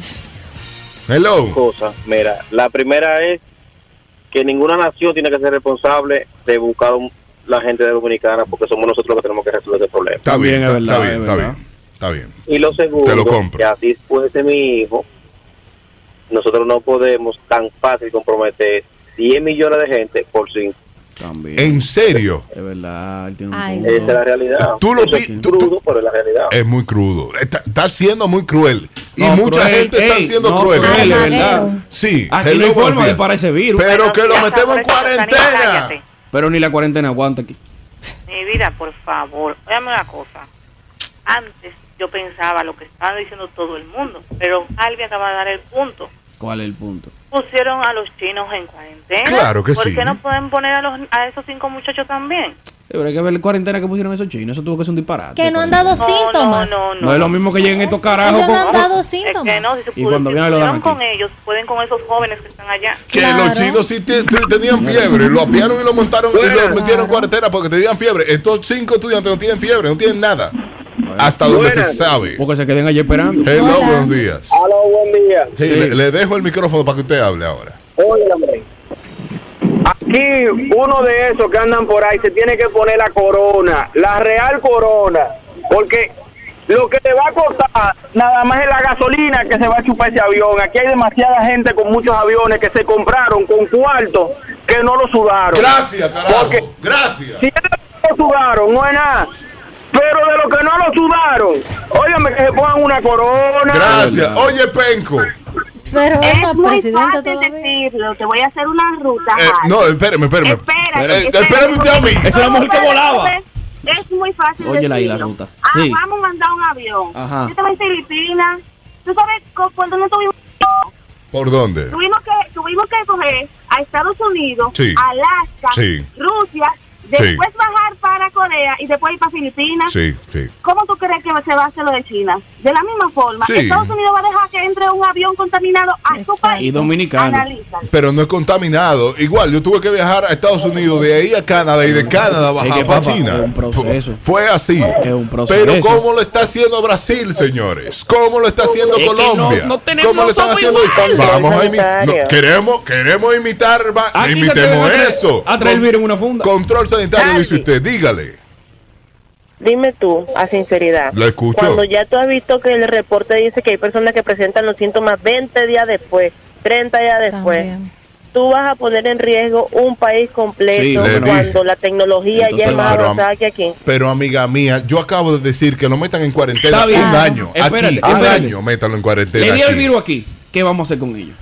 S1: Hello.
S9: cosas. Mira, la primera es que ninguna nación tiene que ser responsable de buscar un- la gente de Dominicana porque somos nosotros los que tenemos que resolver el problema.
S1: Está bien,
S2: También es
S1: está, está
S2: verdad,
S1: bien,
S2: es
S1: está
S2: verdad.
S1: bien. Está bien.
S9: Y lo segundo,
S1: Te lo compro.
S9: que así fuese mi hijo, nosotros no podemos tan fácil comprometer 10 millones de gente por 5.
S2: También.
S1: En serio.
S2: Es verdad, él tiene un
S3: Ay,
S2: punto.
S9: Esa es la realidad.
S1: Tú lo
S9: Eso
S1: vi-
S9: es
S1: tú- tú-
S9: crudo, pero es la realidad.
S1: Es muy crudo. Está, está siendo muy cruel. Y
S2: No,
S1: mucha
S2: cruel,
S1: gente está
S2: ey,
S1: siendo
S2: no,
S1: cruel.
S2: cruel, es
S3: Armadero.
S2: verdad.
S1: Sí.
S2: Aquí
S1: hello,
S2: no hay
S1: buenos
S2: forma de
S1: días.
S2: parar ese virus.
S1: Pero
S2: Pero,
S1: que lo metemos en cuarentena.
S10: Cállate.
S2: ni la cuarentena aguanta aquí.
S10: Mi vida, por favor, óyame una cosa. Antes yo pensaba lo que estaba diciendo todo el mundo, pero alguien acaba de dar el punto.
S2: ¿Cuál es el punto?
S10: Pusieron a los chinos en cuarentena.
S1: Claro que
S10: ¿Por
S1: sí.
S10: qué no pueden poner a, los, a esos cinco muchachos también?
S2: Pero hay que ver la cuarentena que pusieron esos chinos. Eso tuvo que ser un disparate.
S3: Que no han dado
S10: No,
S3: síntomas.
S10: No, no, no.
S2: No es lo mismo que lleguen estos carajos
S3: Ellos no han
S2: con.
S3: dado
S10: Es
S3: síntomas.
S10: que no, si se
S2: Y cuando
S10: pudi-
S2: vienen lo dan
S10: pudieron con
S2: aquí.
S10: ellos, pueden con esos jóvenes que están allá.
S1: Que
S3: Claro.
S1: los chinos sí te- te- tenían fiebre, lo apiaron y lo montaron y lo metieron en cuarentena porque tenían fiebre. Estos cinco estudiantes no tienen fiebre, no tienen nada. Hasta donde se
S9: Buenas.
S1: sabe.
S2: Porque se queden allí esperando.
S1: Hello,
S3: Hola.
S1: buenos días.
S9: Hola, buen día.
S1: Sí, Le, le dejo el micrófono para que usted hable ahora.
S9: Oye, hombre. Aquí uno de esos que andan por ahí se tiene que poner la corona, la real corona, porque lo que te va a costar nada más es la gasolina que se va a chupar ese avión. Aquí hay demasiada gente con muchos aviones que se compraron con cuartos que no lo sudaron.
S1: Gracias, carajo.
S9: Porque
S1: Gracias.
S9: si ellos no lo sudaron, no es nada. Pero de lo que no lo sudaron, óyeme que se pongan una corona.
S1: Gracias. Oye, Penco.
S3: Pero él no
S10: Es
S3: es
S10: muy
S3: presidente
S10: fácil
S3: todavía.
S10: decirlo, te voy a hacer una ruta.
S1: Eh,
S10: Harry.
S1: no, espérame, espérame.
S10: Ah. Espérate,
S1: Eh, espérame usted a mí.
S2: Es una mujer que
S10: espérate,
S2: volaba.
S10: espérate. Es muy fácil
S2: Óyela ahí, la
S10: decirlo.
S2: ruta.
S10: Ah,
S2: Sí.
S10: vamos a mandar un avión.
S2: Ajá.
S10: Yo estaba en Filipinas. ¿Tú sabes cu- cuando no tuvimos...
S1: ¿Por dónde?
S10: Tuvimos que, tuvimos que coger a Estados Unidos,
S1: Sí.
S10: Alaska,
S1: Sí.
S10: Rusia Después bajar para Corea y después ir para Filipinas.
S1: Sí, sí.
S10: ¿Cómo tú crees que se va a hacer lo de China? De la misma forma,
S1: Sí.
S10: Estados Unidos va a dejar que entre un avión contaminado a su país.
S1: Y dominicano.
S10: Analiza.
S1: Pero no es contaminado. Igual, yo tuve que viajar a Estados Unidos, de ahí a Canadá y de Canadá bajar
S2: que,
S1: para
S2: papá,
S1: China.
S2: es un proceso.
S1: Fue así.
S2: proceso.
S1: Pero ¿cómo lo está haciendo Brasil, señores? ¿Cómo lo está haciendo
S2: Es que no-
S1: Colombia?
S2: no tenemos-
S1: ¿Cómo lo están
S2: no somos
S1: haciendo?
S2: iguales.
S1: Vamos a imitar.
S2: Sanitario.
S1: queremos, queremos imitar. va-
S2: Aquí se
S1: imitemos
S2: atreven a-
S1: eso.
S2: a traer el virus en una funda.
S1: Control sanitario, dice usted. Dígale.
S4: Dime tú, a sinceridad.
S1: La escucho.
S4: Cuando ya tú has visto que el reporte dice que hay personas que presentan los síntomas 20 días después, 30 días después, tú vas a poner en riesgo un país
S1: Sí,
S4: completo
S1: le
S4: cuando la tecnología ya
S1: Entonces,
S4: es más
S1: pero, am-
S4: avanzada que aquí.
S1: Pero amiga mía, yo acabo de decir que lo metan en cuarentena
S2: Está bien.
S1: un año.
S2: Espérate,
S1: aquí, un
S2: espérate.
S1: año, métalo en cuarentena.
S2: Le dio el
S1: aquí.
S2: virus aquí. ¿Qué vamos a hacer con ellos?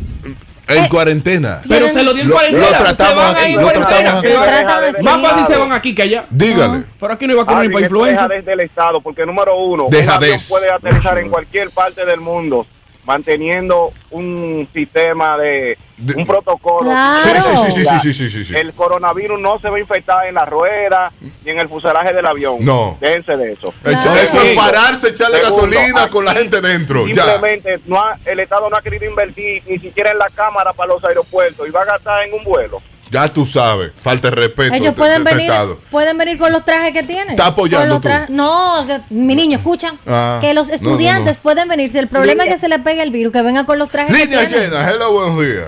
S3: Eh,
S1: En cuarentena.
S2: Pero se lo dio en cuarentena.
S1: Lo
S2: se
S1: tratamos
S2: van
S1: aquí.
S2: ahí en
S1: Lo
S2: cuarentena.
S1: tratamos
S2: se
S1: aquí.
S2: van.
S5: tratan aquí.
S2: Más fácil se van aquí que allá. Ah,
S1: Dígale.
S2: Pero aquí no hay
S3: Ah,
S2: vacuna ni para influenza.
S5: Deja desde el Estado, porque número uno, un
S1: Dejadez.
S5: avión puede aterrizar en cualquier parte del mundo manteniendo un sistema de, un protocolo.
S1: Claro. Sí, sí, sí, sí, sí, sí, sí, sí, sí.
S5: El coronavirus no se va a infectar en la rueda ni en el fuselaje del avión.
S1: No.
S5: Déjense de eso.
S1: Echa- Eso es pararse, echarle
S5: Segundo,
S1: gasolina con la gente dentro. Ya.
S5: Simplemente no ha- el Estado no ha querido invertir ni siquiera en la cámara para los aeropuertos y va a gastar en un vuelo.
S1: Ya tú sabes. Falta de respeto.
S3: Ellos
S1: de-
S3: pueden
S1: de- de
S3: venir,
S1: Estado.
S3: pueden venir con los trajes que tienen.
S1: Está apoyando
S3: Con los
S1: tú.
S3: trajes- No, que- mi niño, escucha.
S1: Ah,
S3: que los
S1: no, no,
S3: estudiantes pueden venir. Si el problema es que se les pegue el virus, que vengan con los trajes
S1: Línea
S3: que tienen.
S1: llena. Hello, buenos días.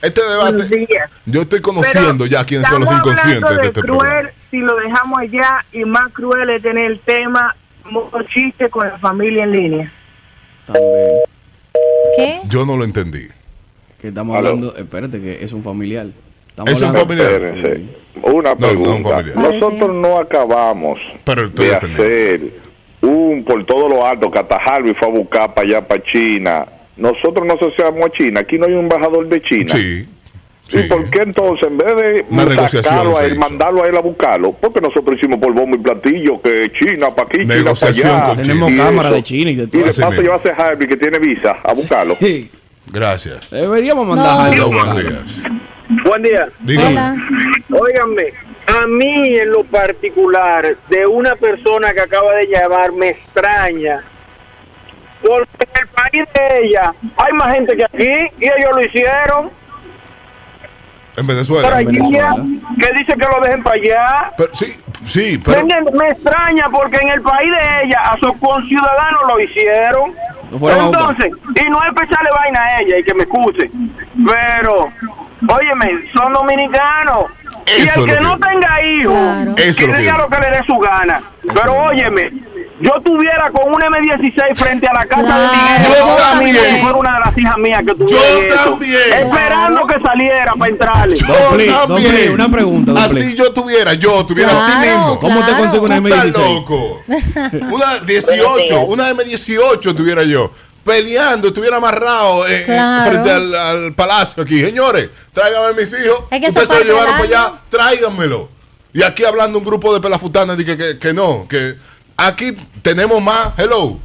S1: Este
S11: Buenos
S1: debate.
S11: días.
S1: Yo estoy conociendo
S11: Pero
S1: ya quiénes son los
S11: estamos hablando
S1: inconscientes de este
S11: cruel,
S1: programa.
S11: Si lo dejamos allá y más cruel es tener el tema mucho chiste con la familia en línea.
S3: ¿Qué?
S1: Yo no lo entendí.
S2: Que estamos
S1: Aló.
S2: hablando. Espérate, que es un familiar. Estamos
S1: Es un
S2: hablando-
S1: familiar.
S7: Espérense. Una pregunta. Nosotros no acabamos de hacer un por todos los altos que hasta Harvey fue a buscar para allá, para China. Nosotros no asociamos a China. Aquí no hay un embajador de China. ¿Y por qué entonces, en vez de
S1: Una negociación
S7: sacarlo a
S1: se
S7: él,
S1: hizo.
S7: mandarlo a él a buscarlo? Porque nosotros hicimos por bombo y platillo que China para aquí, China para
S1: Negociación
S7: allá.
S1: con China. Tenemos
S7: y
S1: cámara
S7: eso.
S1: de China y de todo.
S7: Y de
S1: Así
S7: paso
S1: mismo.
S7: llevarse a Harvey que tiene visa a buscarlo.
S1: Gracias.
S2: Deberíamos
S7: mandar
S1: Hello,
S7: algo.
S1: buenos días.
S9: Buen día.
S1: Dígame.
S9: Óiganme, a mí en lo particular, de una persona que acaba de llamar, me extraña. Porque en el país de ella hay más gente que aquí y ellos lo hicieron.
S1: En
S9: para
S1: Venezuela.
S9: allá, que dice que lo dejen para allá.
S1: Pero, sí, sí, pero.
S9: Me, me extraña porque en el país de ella a sus conciudadanos lo hicieron.
S2: Lo fueron a buscar.
S9: Entonces, y no es empezarle vaina a ella y que me escuche. Pero, óyeme, son dominicanos. y
S1: Eso
S9: el
S1: es lo
S9: que
S1: que
S9: no
S1: digo.
S9: tenga hijos,
S1: Claro. Eso es
S9: que
S1: lo que
S9: diga
S1: digo.
S9: lo que le dé su gana. Pero óyeme, yo tuviera con un M16 frente a la casa de
S1: Claro.
S9: Miguel.
S1: Yo también.
S9: si fuera una de las hijas mías que tuviera
S1: Yo
S9: eso,
S1: también.
S9: Esperando que saliera para entrarle.
S1: Yo también. Así yo tuviera, yo tuviera así mismo.
S2: ¿Cómo te claro. consigo una
S1: Tú estás
S2: M16?
S1: loco. Una 18, una M18 tuviera yo. Peleando, estuviera amarrado eh, eh,
S3: Claro.
S1: frente al, al palacio aquí. Señores, tráigame a mis hijos.
S3: Es que eso
S1: Ustedes se lo
S3: parte
S1: llevaron para
S3: del
S1: allá, tráiganmelo. Y aquí hablando un grupo de pelafutanas de que, que, que no, que aquí tenemos más. Hello.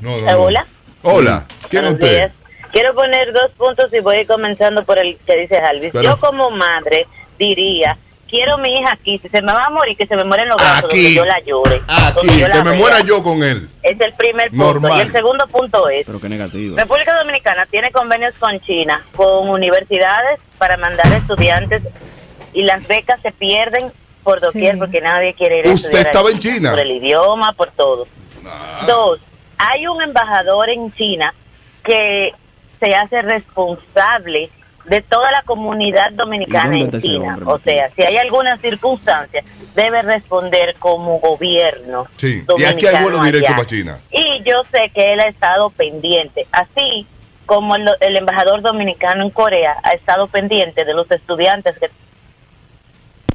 S1: No, no, no.
S12: Hola.
S1: Hola. ¿Quién es
S12: Buenos
S1: usted?
S12: días. Quiero poner dos puntos y voy comenzando por el que dice Alvis.
S1: Pero-
S12: Yo como madre diría, quiero mi hija aquí, si se me va a morir, que se me mueren los brazos,
S1: Aquí.
S12: donde yo la llore.
S1: Aquí,
S12: donde yo la
S1: que me
S12: vea.
S1: muera yo con él.
S12: Es el primer punto.
S1: Normal.
S12: Y el segundo punto es,
S2: Pero qué negativo.
S12: República Dominicana tiene convenios con China, con universidades para mandar estudiantes y las becas se pierden por doquier porque nadie quiere ir a
S1: Usted
S12: estudiar a
S1: estaba en China.
S12: Por el idioma, por todo. Dos, hay un embajador en China que se hace responsable de toda la comunidad dominicana
S13: ¿Y dónde
S12: en
S13: está ese
S12: China.
S13: hombre,
S12: O sea, si hay alguna circunstancia, debe responder como gobierno.
S1: Sí. Y aquí hay vuelo
S12: dominicano
S1: directo
S12: allá.
S1: para China.
S12: Y yo sé que él ha estado pendiente, así como el, el embajador dominicano en Corea ha estado pendiente de los estudiantes que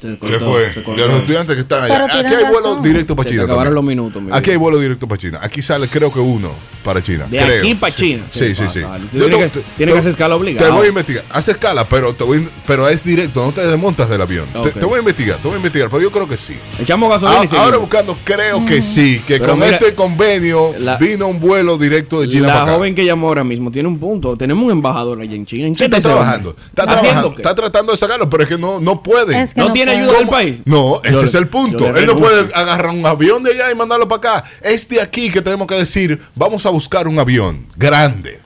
S1: Se fue. de los estudiantes que están allá.
S12: Pero
S1: Aquí
S12: tienen
S1: hay vuelo
S12: razón.
S1: directo
S2: Se
S1: para
S2: te
S1: China.
S2: acabaron
S1: también.
S2: los minutos, mi
S1: Aquí
S2: vida.
S1: hay vuelo directo para China. Aquí sale, creo que uno para China.
S2: De
S1: creo.
S2: aquí para China.
S1: Sí,
S2: ¿Qué
S1: sí,
S2: pasa,
S1: sí.
S2: Ale? Tú
S1: Yo
S2: tienes
S1: te-
S2: que- tienes que hacer
S1: te-
S2: escala
S1: Te
S2: obligada.
S1: voy a investigar. Hace escala, pero, te voy, pero es directo. No te desmontas del avión. Te-
S2: Ok.
S1: Te, voy a investigar, te voy a investigar. Pero yo creo que sí.
S2: Echamos gasolina
S1: Ah,
S2: y seguimos.
S1: ahora buscando, creo que sí. Que
S2: Pero
S1: con
S2: mira,
S1: este convenio vino un vuelo directo de China
S2: la
S1: para acá.
S2: joven que llamó ahora mismo tiene un punto. Tenemos un embajador allá en China. ¿En
S1: Sí,
S2: qué
S1: está
S2: ese hombre?
S1: trabajando. Está
S2: ¿Haciendo
S1: trabajando.
S2: qué?
S1: Está tratando de sacarlo, pero es que no, no puede.
S2: Es que No no tiene
S8: tiene ayuda del país?
S1: No, ese
S8: Yo le-
S1: es el punto.
S8: yo le
S1: Él no puede
S8: renuncio.
S1: agarrar un avión de allá y mandarlo para acá. Es de aquí que tenemos que decir, vamos a buscar un avión grande.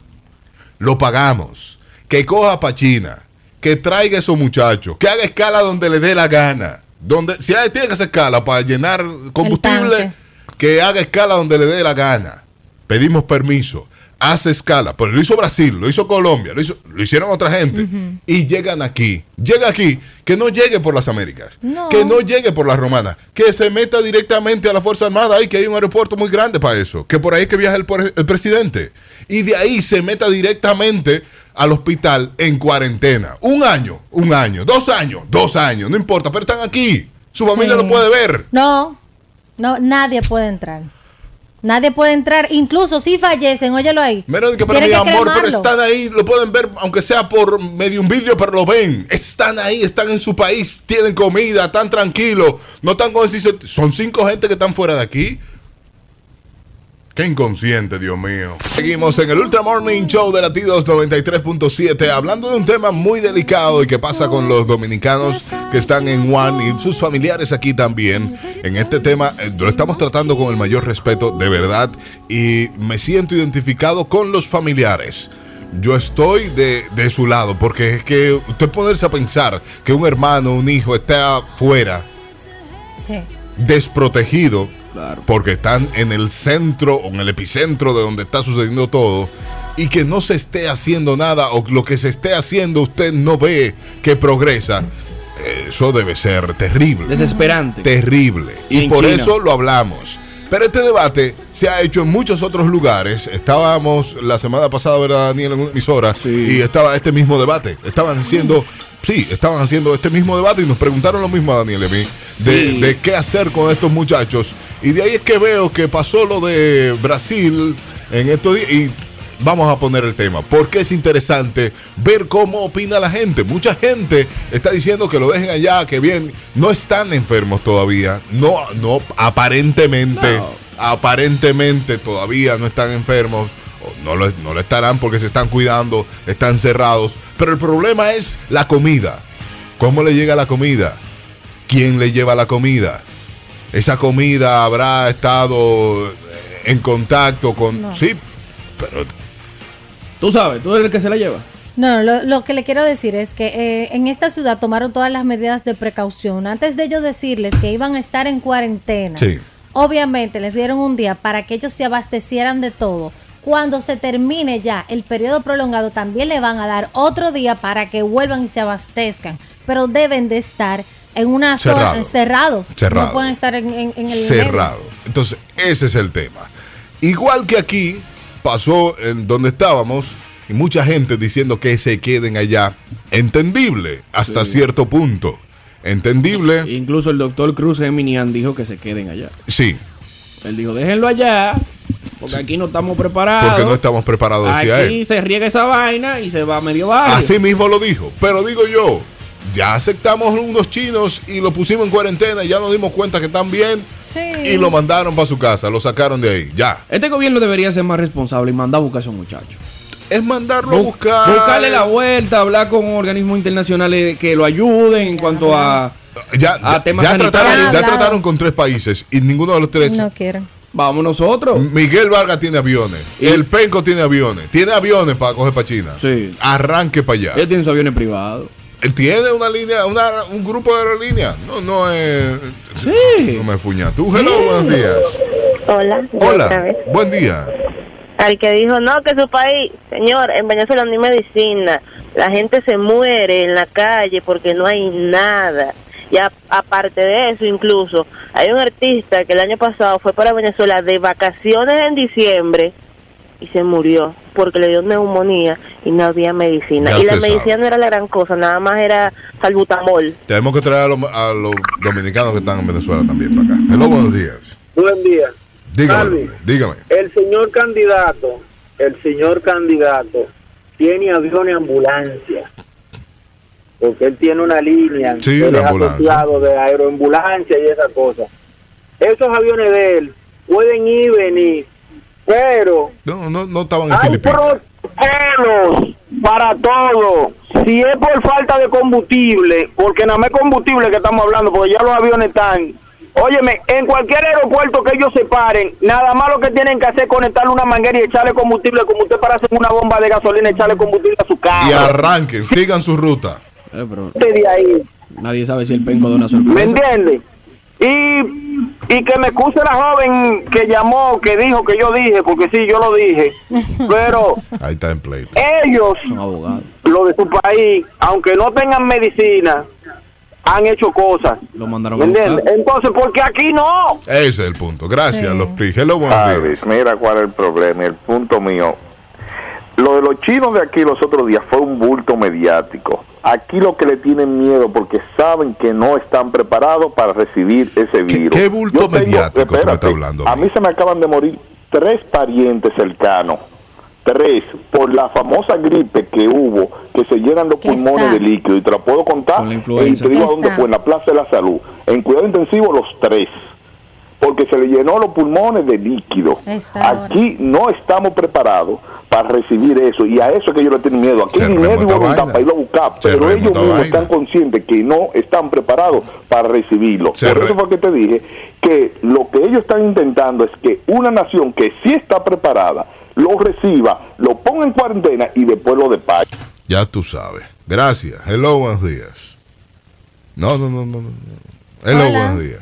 S1: Lo pagamos. Que coja para China. Que traiga esos muchachos. Que haga escala donde le dé la gana. Donde, si hay- tiene que hacer escala para llenar combustible, que haga escala donde le dé la gana. Pedimos permiso. Hace escala. Pero lo hizo Brasil, lo hizo Colombia, lo, hizo- lo hicieron otra gente. Y llegan aquí. Llega aquí. Que no llegue por las Américas.
S3: No.
S1: Que no llegue por las romanas. Que se meta directamente a la Fuerza Armada y que hay un aeropuerto muy grande para eso. Que por ahí es que viaja el, por- el presidente. Y de ahí se meta directamente al hospital en cuarentena. Un año, un año, dos años, dos años, no importa, pero están aquí. Su familia
S3: Sí.
S1: lo puede ver.
S3: No, no, nadie puede entrar. Nadie puede entrar, incluso si fallecen, óyelo ahí.
S1: Menos de que para mi
S3: Tienen
S1: amor, pero
S3: cremarlo.
S1: están ahí, lo pueden ver, aunque sea por medio un vidrio, pero lo ven. Están ahí, están en su país, tienen comida, están tranquilos, no están con ese- Son cinco gente que están fuera de aquí. Qué inconsciente, Dios mío. Seguimos en el Ultra Morning Show de Latidos 93.7, hablando de un tema muy delicado y que pasa con los dominicanos que están en Juan y sus familiares aquí también. En este tema eh, lo estamos tratando con el mayor respeto, de verdad, y me siento identificado con los familiares. Yo estoy de, de su lado, porque es que usted ponerse a pensar que un hermano, un hijo está fuera
S3: Sí.
S1: desprotegido porque están en el centro o en el epicentro de donde está sucediendo todo y que no se esté haciendo nada o lo que se esté haciendo usted no ve que progresa. Eso debe ser terrible.
S8: Desesperante.
S1: Terrible.
S8: Y
S1: Y,
S8: en
S1: por
S8: China.
S1: eso lo hablamos. Pero este debate se ha hecho en muchos otros lugares. Estábamos la semana pasada, ¿verdad, Daniel? En una emisora. Y estaba este mismo debate. Estaban haciendo,
S8: Mm.
S1: sí, estaban haciendo este mismo debate y nos preguntaron lo mismo a Daniel y a mí. de-
S8: Sí.
S1: de qué hacer con estos muchachos. Y de ahí es que veo que pasó lo de Brasil en estos días. Y vamos a poner el tema, porque es interesante ver cómo opina la gente. Mucha gente está diciendo que lo dejen allá, que bien, no están enfermos todavía. No, no, aparentemente, aparentemente todavía no están enfermos. O No lo, no lo estarán porque se están cuidando, están cerrados. Pero el problema es la comida. ¿Cómo le llega la comida? quién le lleva la comida. Esa comida habrá estado en contacto con.
S3: No.
S1: Sí, pero.
S8: Tú sabes, tú eres el que se la lleva.
S3: No, no, lo, lo que le quiero decir es que eh, en esta ciudad tomaron todas las medidas de precaución. Antes de ellos decirles que iban a estar en cuarentena,
S1: Sí.
S3: obviamente les dieron un día para que ellos se abastecieran de todo. Cuando se termine ya el periodo prolongado, también le van a dar otro día para que vuelvan y se abastezcan. Pero deben de estar en una
S1: Cerrado.
S3: zona cerrados.
S1: Cerrado.
S3: No pueden estar en, en- en el medio.
S1: cerrado. Entonces, ese es el tema. Igual que aquí pasó en donde estábamos y mucha gente diciendo que se queden allá. Entendible hasta
S8: Sí.
S1: cierto punto. Entendible.
S8: Incluso el doctor Cruz Geminian dijo que se queden allá.
S1: Sí,
S8: Él dijo, déjenlo allá, porque aquí no estamos preparados.
S1: porque no estamos preparados, decía él.
S8: Aquí se riega esa vaina y se va a medio barrio.
S1: Así mismo lo dijo. Pero digo yo, ya aceptamos unos chinos y lo pusimos en cuarentena y ya nos dimos cuenta que están bien y lo mandaron para su casa, lo sacaron de ahí. Ya.
S8: Este gobierno debería ser más responsable y mandar a buscar a esos muchachos.
S1: Es mandarlo a buscar.
S8: Buscarle la vuelta, hablar con organismos internacionales que lo ayuden en cuanto a,
S1: ya,
S8: a temas
S1: Ya trataron,
S8: sanitarios.
S1: ya trataron con tres países y ninguno de los tres.
S3: No quieren.
S8: Vamos nosotros.
S1: Miguel Vargas tiene aviones. El Penco tiene aviones. Tiene aviones para coger para China. Sí. Arranque para allá.
S8: Él tiene sus aviones privados.
S1: Él tiene una línea, una- un grupo de aerolíneas. No, no es. No me fuña. Tú, hello, buenos días.
S4: Hola. yo otra
S1: Hola.
S4: vez.
S1: Buen día.
S4: Al que dijo, no, que su país, señor, en Venezuela no hay medicina. La gente se muere en la calle porque no hay nada. Y a- aparte de eso, incluso, hay un artista que el año pasado fue para Venezuela de vacaciones en diciembre y se murió porque le dio neumonía y no había medicina.
S1: Ya
S4: y la
S1: usted
S4: medicina
S1: sabe.
S4: no era la gran cosa, nada más era salbutamol.
S1: Tenemos que traer a los, a los dominicanos que están en Venezuela también para acá. Hello, buenos días.
S9: Buen día.
S1: Dígame,
S9: Salvi.
S1: dígame.
S9: El señor candidato, el señor candidato tiene avión y ambulancia. Porque él tiene una línea.
S1: Sí,
S9: él
S1: una
S9: es
S1: ambulancia.
S9: asociado de aeroambulancia y esa cosa. Esos aviones de él pueden ir y venir, pero
S1: No, no, no estaban en
S9: hay
S1: Filipinas.
S9: protocolos para todo. si es por falta de combustible, porque nada más es combustible que estamos hablando, porque ya los aviones están. Óyeme, en cualquier aeropuerto que ellos se paren, nada más lo que tienen que hacer es conectarle una manguera y echarle combustible, como usted para hacer una bomba de gasolina, echarle combustible a su carro.
S1: Y arranquen, sigan su ruta.
S9: De ahí.
S8: Nadie sabe si el penco da una
S9: ¿Me
S8: sorpresa.
S9: entiende? Y, y que me excuse la joven que llamó, que dijo que yo dije, porque sí, yo lo dije. Pero
S1: Ahí está en play.
S9: ellos,
S8: Son abogados.
S9: los de su país, aunque no tengan medicina, han hecho cosas.
S8: Lo mandaron
S9: ¿Me
S8: a
S9: entiende?
S8: buscar.
S9: Entonces, porque aquí no.
S1: Ese es el punto. Gracias, los PRI. Hello, buenos días.
S7: Luis, mira cuál es el problema, y el punto mío. Lo de los chinos de aquí los otros días fue un bulto mediático. Aquí lo que le tienen miedo porque saben que no están preparados para recibir ese virus.
S1: qué bulto
S7: Yo
S1: mediático tú me estás
S7: espérate,
S1: hablando,
S7: A mí se me acaban de morir tres parientes cercanos. Tres, por la famosa gripe que hubo, que se llenan los pulmones de líquido. Y te la puedo contar.
S8: influenza.
S7: Y te
S8: Que
S7: digo a dónde
S8: está.
S7: fue, en la Plaza de la Salud. En cuidado intensivo, los tres. Porque se le llenó los pulmones de líquido.
S3: Está ahora.
S7: Aquí no estamos preparados para recibir eso y a eso es que ellos le tienen miedo. Aquí
S1: Se
S7: ni
S1: remota
S7: es voluntad
S1: vaina.
S7: para irlo a buscar,
S1: Se
S7: pero ellos
S1: remota
S7: mismos
S1: vaina.
S7: están conscientes que no están preparados para recibirlo.
S1: Se
S7: Por
S1: re-
S7: eso fue que te dije que lo que ellos están intentando es que una nación que sí está preparada lo reciba, lo ponga en cuarentena y después lo despache.
S1: Ya tú sabes. Gracias. Hello, buenos días. No, no, no, no. no. Hello,
S13: Hola.
S1: buenos días.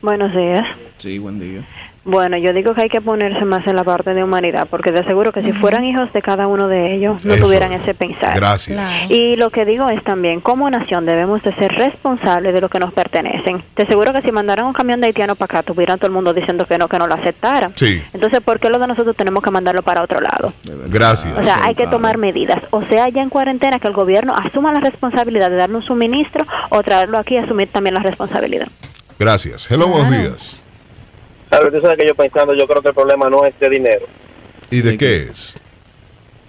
S13: Buenos días.
S8: Sí, buen día.
S13: Bueno, yo digo que hay que ponerse más en la parte de humanidad, porque de seguro que si fueran hijos de cada uno de ellos, no
S1: Eso
S13: tuvieran
S1: es.
S13: ese pensar.
S1: Gracias.
S13: Y lo que digo es también, como nación debemos de ser responsables de lo que nos pertenecen. Te seguro que si mandaran un camión de haitiano para acá, tuvieran todo el mundo diciendo que no, que no lo aceptaran.
S1: Sí.
S13: Entonces, ¿por qué lo de nosotros tenemos que mandarlo para otro lado?
S1: Gracias.
S13: O sea, hay que tomar medidas. O sea, ya en cuarentena, que el gobierno asuma la responsabilidad de darle un suministro o traerlo aquí y asumir también la responsabilidad.
S1: Gracias. Hello, buenos días.
S5: Claro, tú sabes que yo pensando, yo creo que el problema no es de dinero.
S1: ¿Y de qué es?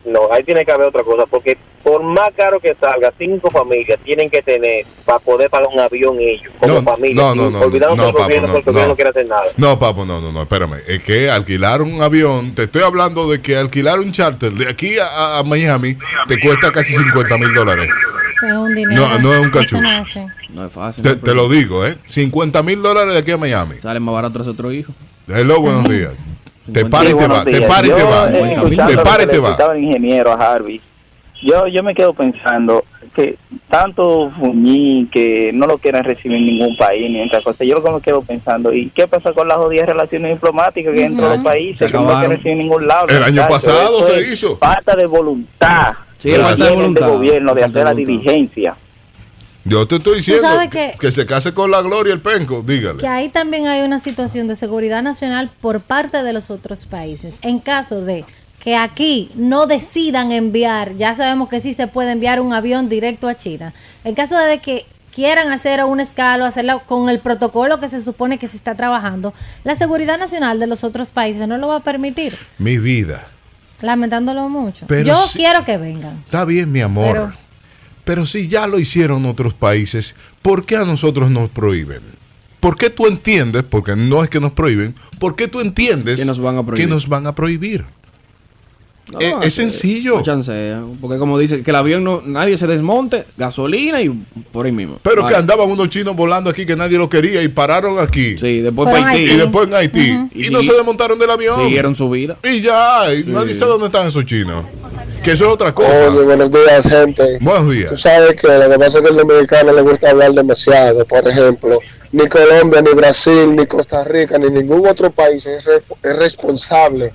S5: No, ahí tiene que haber otra cosa, porque por más caro que salga, cinco familias tienen que tener para poder pagar un avión ellos, como familia.
S1: No,
S5: sin-
S1: no, no.
S5: olvidando
S1: no,
S5: que el
S1: papo,
S5: gobierno, que el gobierno no quiere hacer nada.
S1: No, papo, no, no, no, espérame. Es que alquilar un avión, te estoy hablando de que alquilar un charter de aquí a, a Miami te cuesta casi 50 mil dólares.
S3: Es un dinero.
S1: No, no es un
S3: Eso
S1: cachucho.
S3: no hace.
S8: No es fácil.
S1: Te,
S8: no,
S1: te lo digo, ¿eh? 50 mil dólares de aquí a Miami.
S8: Sale más barato ese otro hijo.
S1: Hello, buenos días. Te
S8: Sí,
S1: pares y te
S8: buenos
S1: vas, te
S8: días.
S1: pares y te
S8: Yo,
S1: vas.
S8: eh, escuchando
S1: Te
S8: lo
S1: pares y
S14: que
S1: te
S14: le
S1: vas.
S14: explicaba el ingeniero a Harvey. Yo, yo me quedo pensando que tanto fuñí que no lo quieren recibir en ningún país ni en otra cosa. Yo lo que me quedo pensando, ¿y qué pasa con las jodidas relaciones diplomáticas que hay entre los países?
S8: Se
S14: que no lo quieren
S8: acabaron.
S14: recibir en ningún lado.
S1: El año
S14: muchachos?
S1: pasado
S14: Eso
S1: se
S14: es
S1: hizo.
S14: Falta de voluntad.
S1: Sí,
S14: que
S1: falta de
S14: tiene este
S1: voluntad.
S14: gobierno de
S1: Falta
S14: hacer
S1: de
S14: la
S1: voluntad.
S14: diligencia.
S1: Yo te estoy diciendo
S3: sabes
S1: que,
S3: que-
S1: que se case con la gloria el penco, dígale.
S3: Que ahí también hay una situación de seguridad nacional por parte de los otros países. En caso de que aquí no decidan enviar, ya sabemos que sí se puede enviar un avión directo a China. En caso de que quieran hacer un escalo, hacerlo con el protocolo que se supone que se está trabajando, la seguridad nacional de los otros países no lo va a permitir,
S1: Mi vida.
S3: lamentándolo mucho.
S1: Pero
S3: Yo
S1: sí.
S3: quiero que vengan.
S1: Está bien, mi amor. Pero, si ya lo hicieron otros países, ¿por qué a nosotros nos prohíben? ¿Por qué tú entiendes? Porque no es que nos prohíben. ¿Por qué tú entiendes
S8: Que nos van a prohibir.
S1: que nos van a prohibir?
S8: No,
S1: Eh, es
S8: eh,
S1: sencillo.
S8: no chancea, porque como dice, que el avión no, nadie se desmonte, gasolina y por ahí mismo.
S1: Pero
S8: Vale.
S1: que andaban unos chinos volando aquí que nadie lo quería y pararon aquí.
S8: Sí, después para Haití.
S1: Y después en Haití.
S8: Ujú.
S1: Y,
S8: Y
S1: no
S8: sigui-
S1: se desmontaron del avión.
S8: Siguieron su vida.
S1: Y ya, y
S8: Sí.
S1: nadie sabe dónde están esos chinos. Que eso es otra cosa.
S15: Oye, buenos días, gente.
S1: Buenos días.
S15: Tú sabes que lo que pasa es que al dominicano le gusta hablar demasiado. Por ejemplo, ni Colombia, ni Brasil, ni Costa Rica, ni ningún otro país es, re- es responsable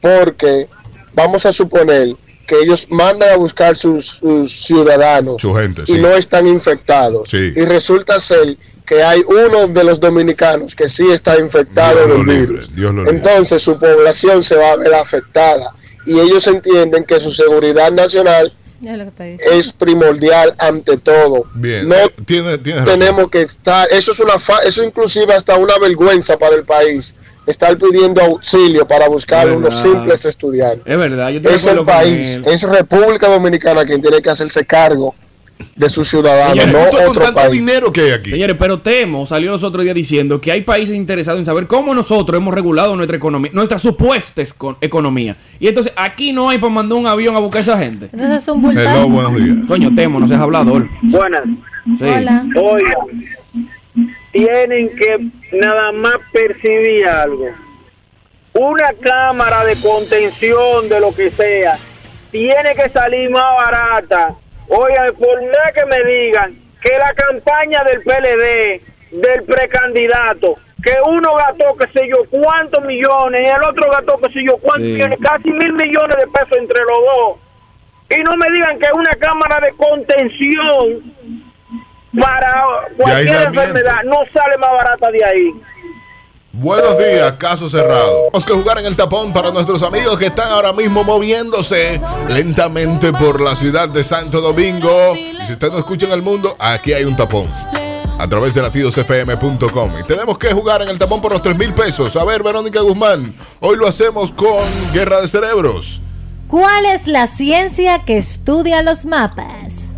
S15: porque vamos a suponer que ellos mandan a buscar sus, sus ciudadanos
S1: Su gente,
S15: y
S1: sí.
S15: no están infectados.
S1: Sí.
S15: Y resulta ser que hay uno de los dominicanos que sí está infectado del virus.
S1: Dios lo libre.
S15: Entonces su población se va a ver afectada y ellos entienden que su seguridad nacional
S3: Es lo que te dice.
S15: es primordial ante todo.
S1: Bien.
S15: No
S1: eh, tiene- tienes razón.
S15: tenemos que estar, eso es una fa- eso inclusive hasta una vergüenza para el país, estar pidiendo auxilio para buscar
S8: Es
S15: unos
S8: verdad.
S15: simples estudiantes.
S8: Es verdad, yo estoy de
S15: Es el
S8: acuerdo con
S15: país,
S8: él.
S15: es República Dominicana quien tiene que hacerse cargo de sus ciudadanos, no otro país.
S1: que hay aquí.
S2: Señores, pero Temo salió los otros días diciendo que hay países interesados en saber cómo nosotros hemos regulado nuestra economía, nuestra supuesta esco- economía. Y entonces aquí no hay para mandar un avión a buscar a esa gente.
S3: Entonces es un bultazo.
S2: Coño, Temo, no seas hablador.
S9: Buenas.
S2: Sí.
S9: Oigan, tienen que nada más percibir algo. Una cámara de contención de lo que sea tiene que salir más barata. Oigan, por más que me digan que la campaña del PLD, del precandidato, que uno gastó que sé yo cuántos millones, el otro gastó que sé yo cuántos
S16: Sí.
S9: millones, casi mil millones de pesos entre los dos. Y no me digan que una cámara de contención para cualquier
S1: aislamiento.
S9: enfermedad no sale más barata de ahí.
S1: Buenos días, caso cerrado. Tenemos que jugar en el tapón para nuestros amigos que están ahora mismo moviéndose lentamente por la ciudad de Santo Domingo. Y si usted no escucha en el mundo, aquí hay un tapón. A través de latidosfm.com. Y tenemos que jugar en el tapón por los 3 mil pesos. A ver, Verónica Guzmán, hoy lo hacemos con Guerra de Cerebros.
S3: ¿Cuál es la ciencia que estudia los mapas?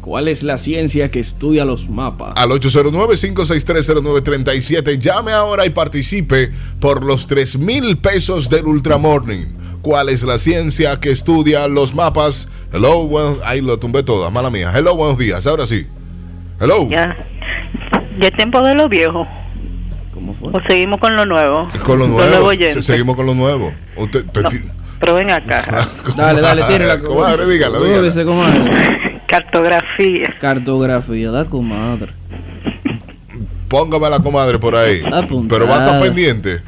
S2: ¿Cuál es la ciencia que estudia los mapas?
S1: Al 809-5630937. Llame ahora y participe por los 3 mil pesos del Ultramorning. ¿Cuál es la ciencia que estudia los mapas? Hello, bueno, ahí lo tumbé toda, mala mía. Hello, buenos días, ahora sí. Hello.
S17: Ya es tiempo de lo viejo.
S2: ¿Cómo fue?
S17: O seguimos con lo nuevo.
S1: Con lo
S17: Los
S1: nuevo.
S17: nuevos oyentes.
S1: Se- Seguimos con lo nuevo. Usted, usted ti-
S17: Pero ven acá.
S2: Dale, dale, tiene la
S1: Comadre, dígala, dígala.
S2: Dice, comadre.
S17: Cartografía.
S2: Cartografía, la comadre.
S1: Póngame la comadre por ahí. Pero va a estar pendiente.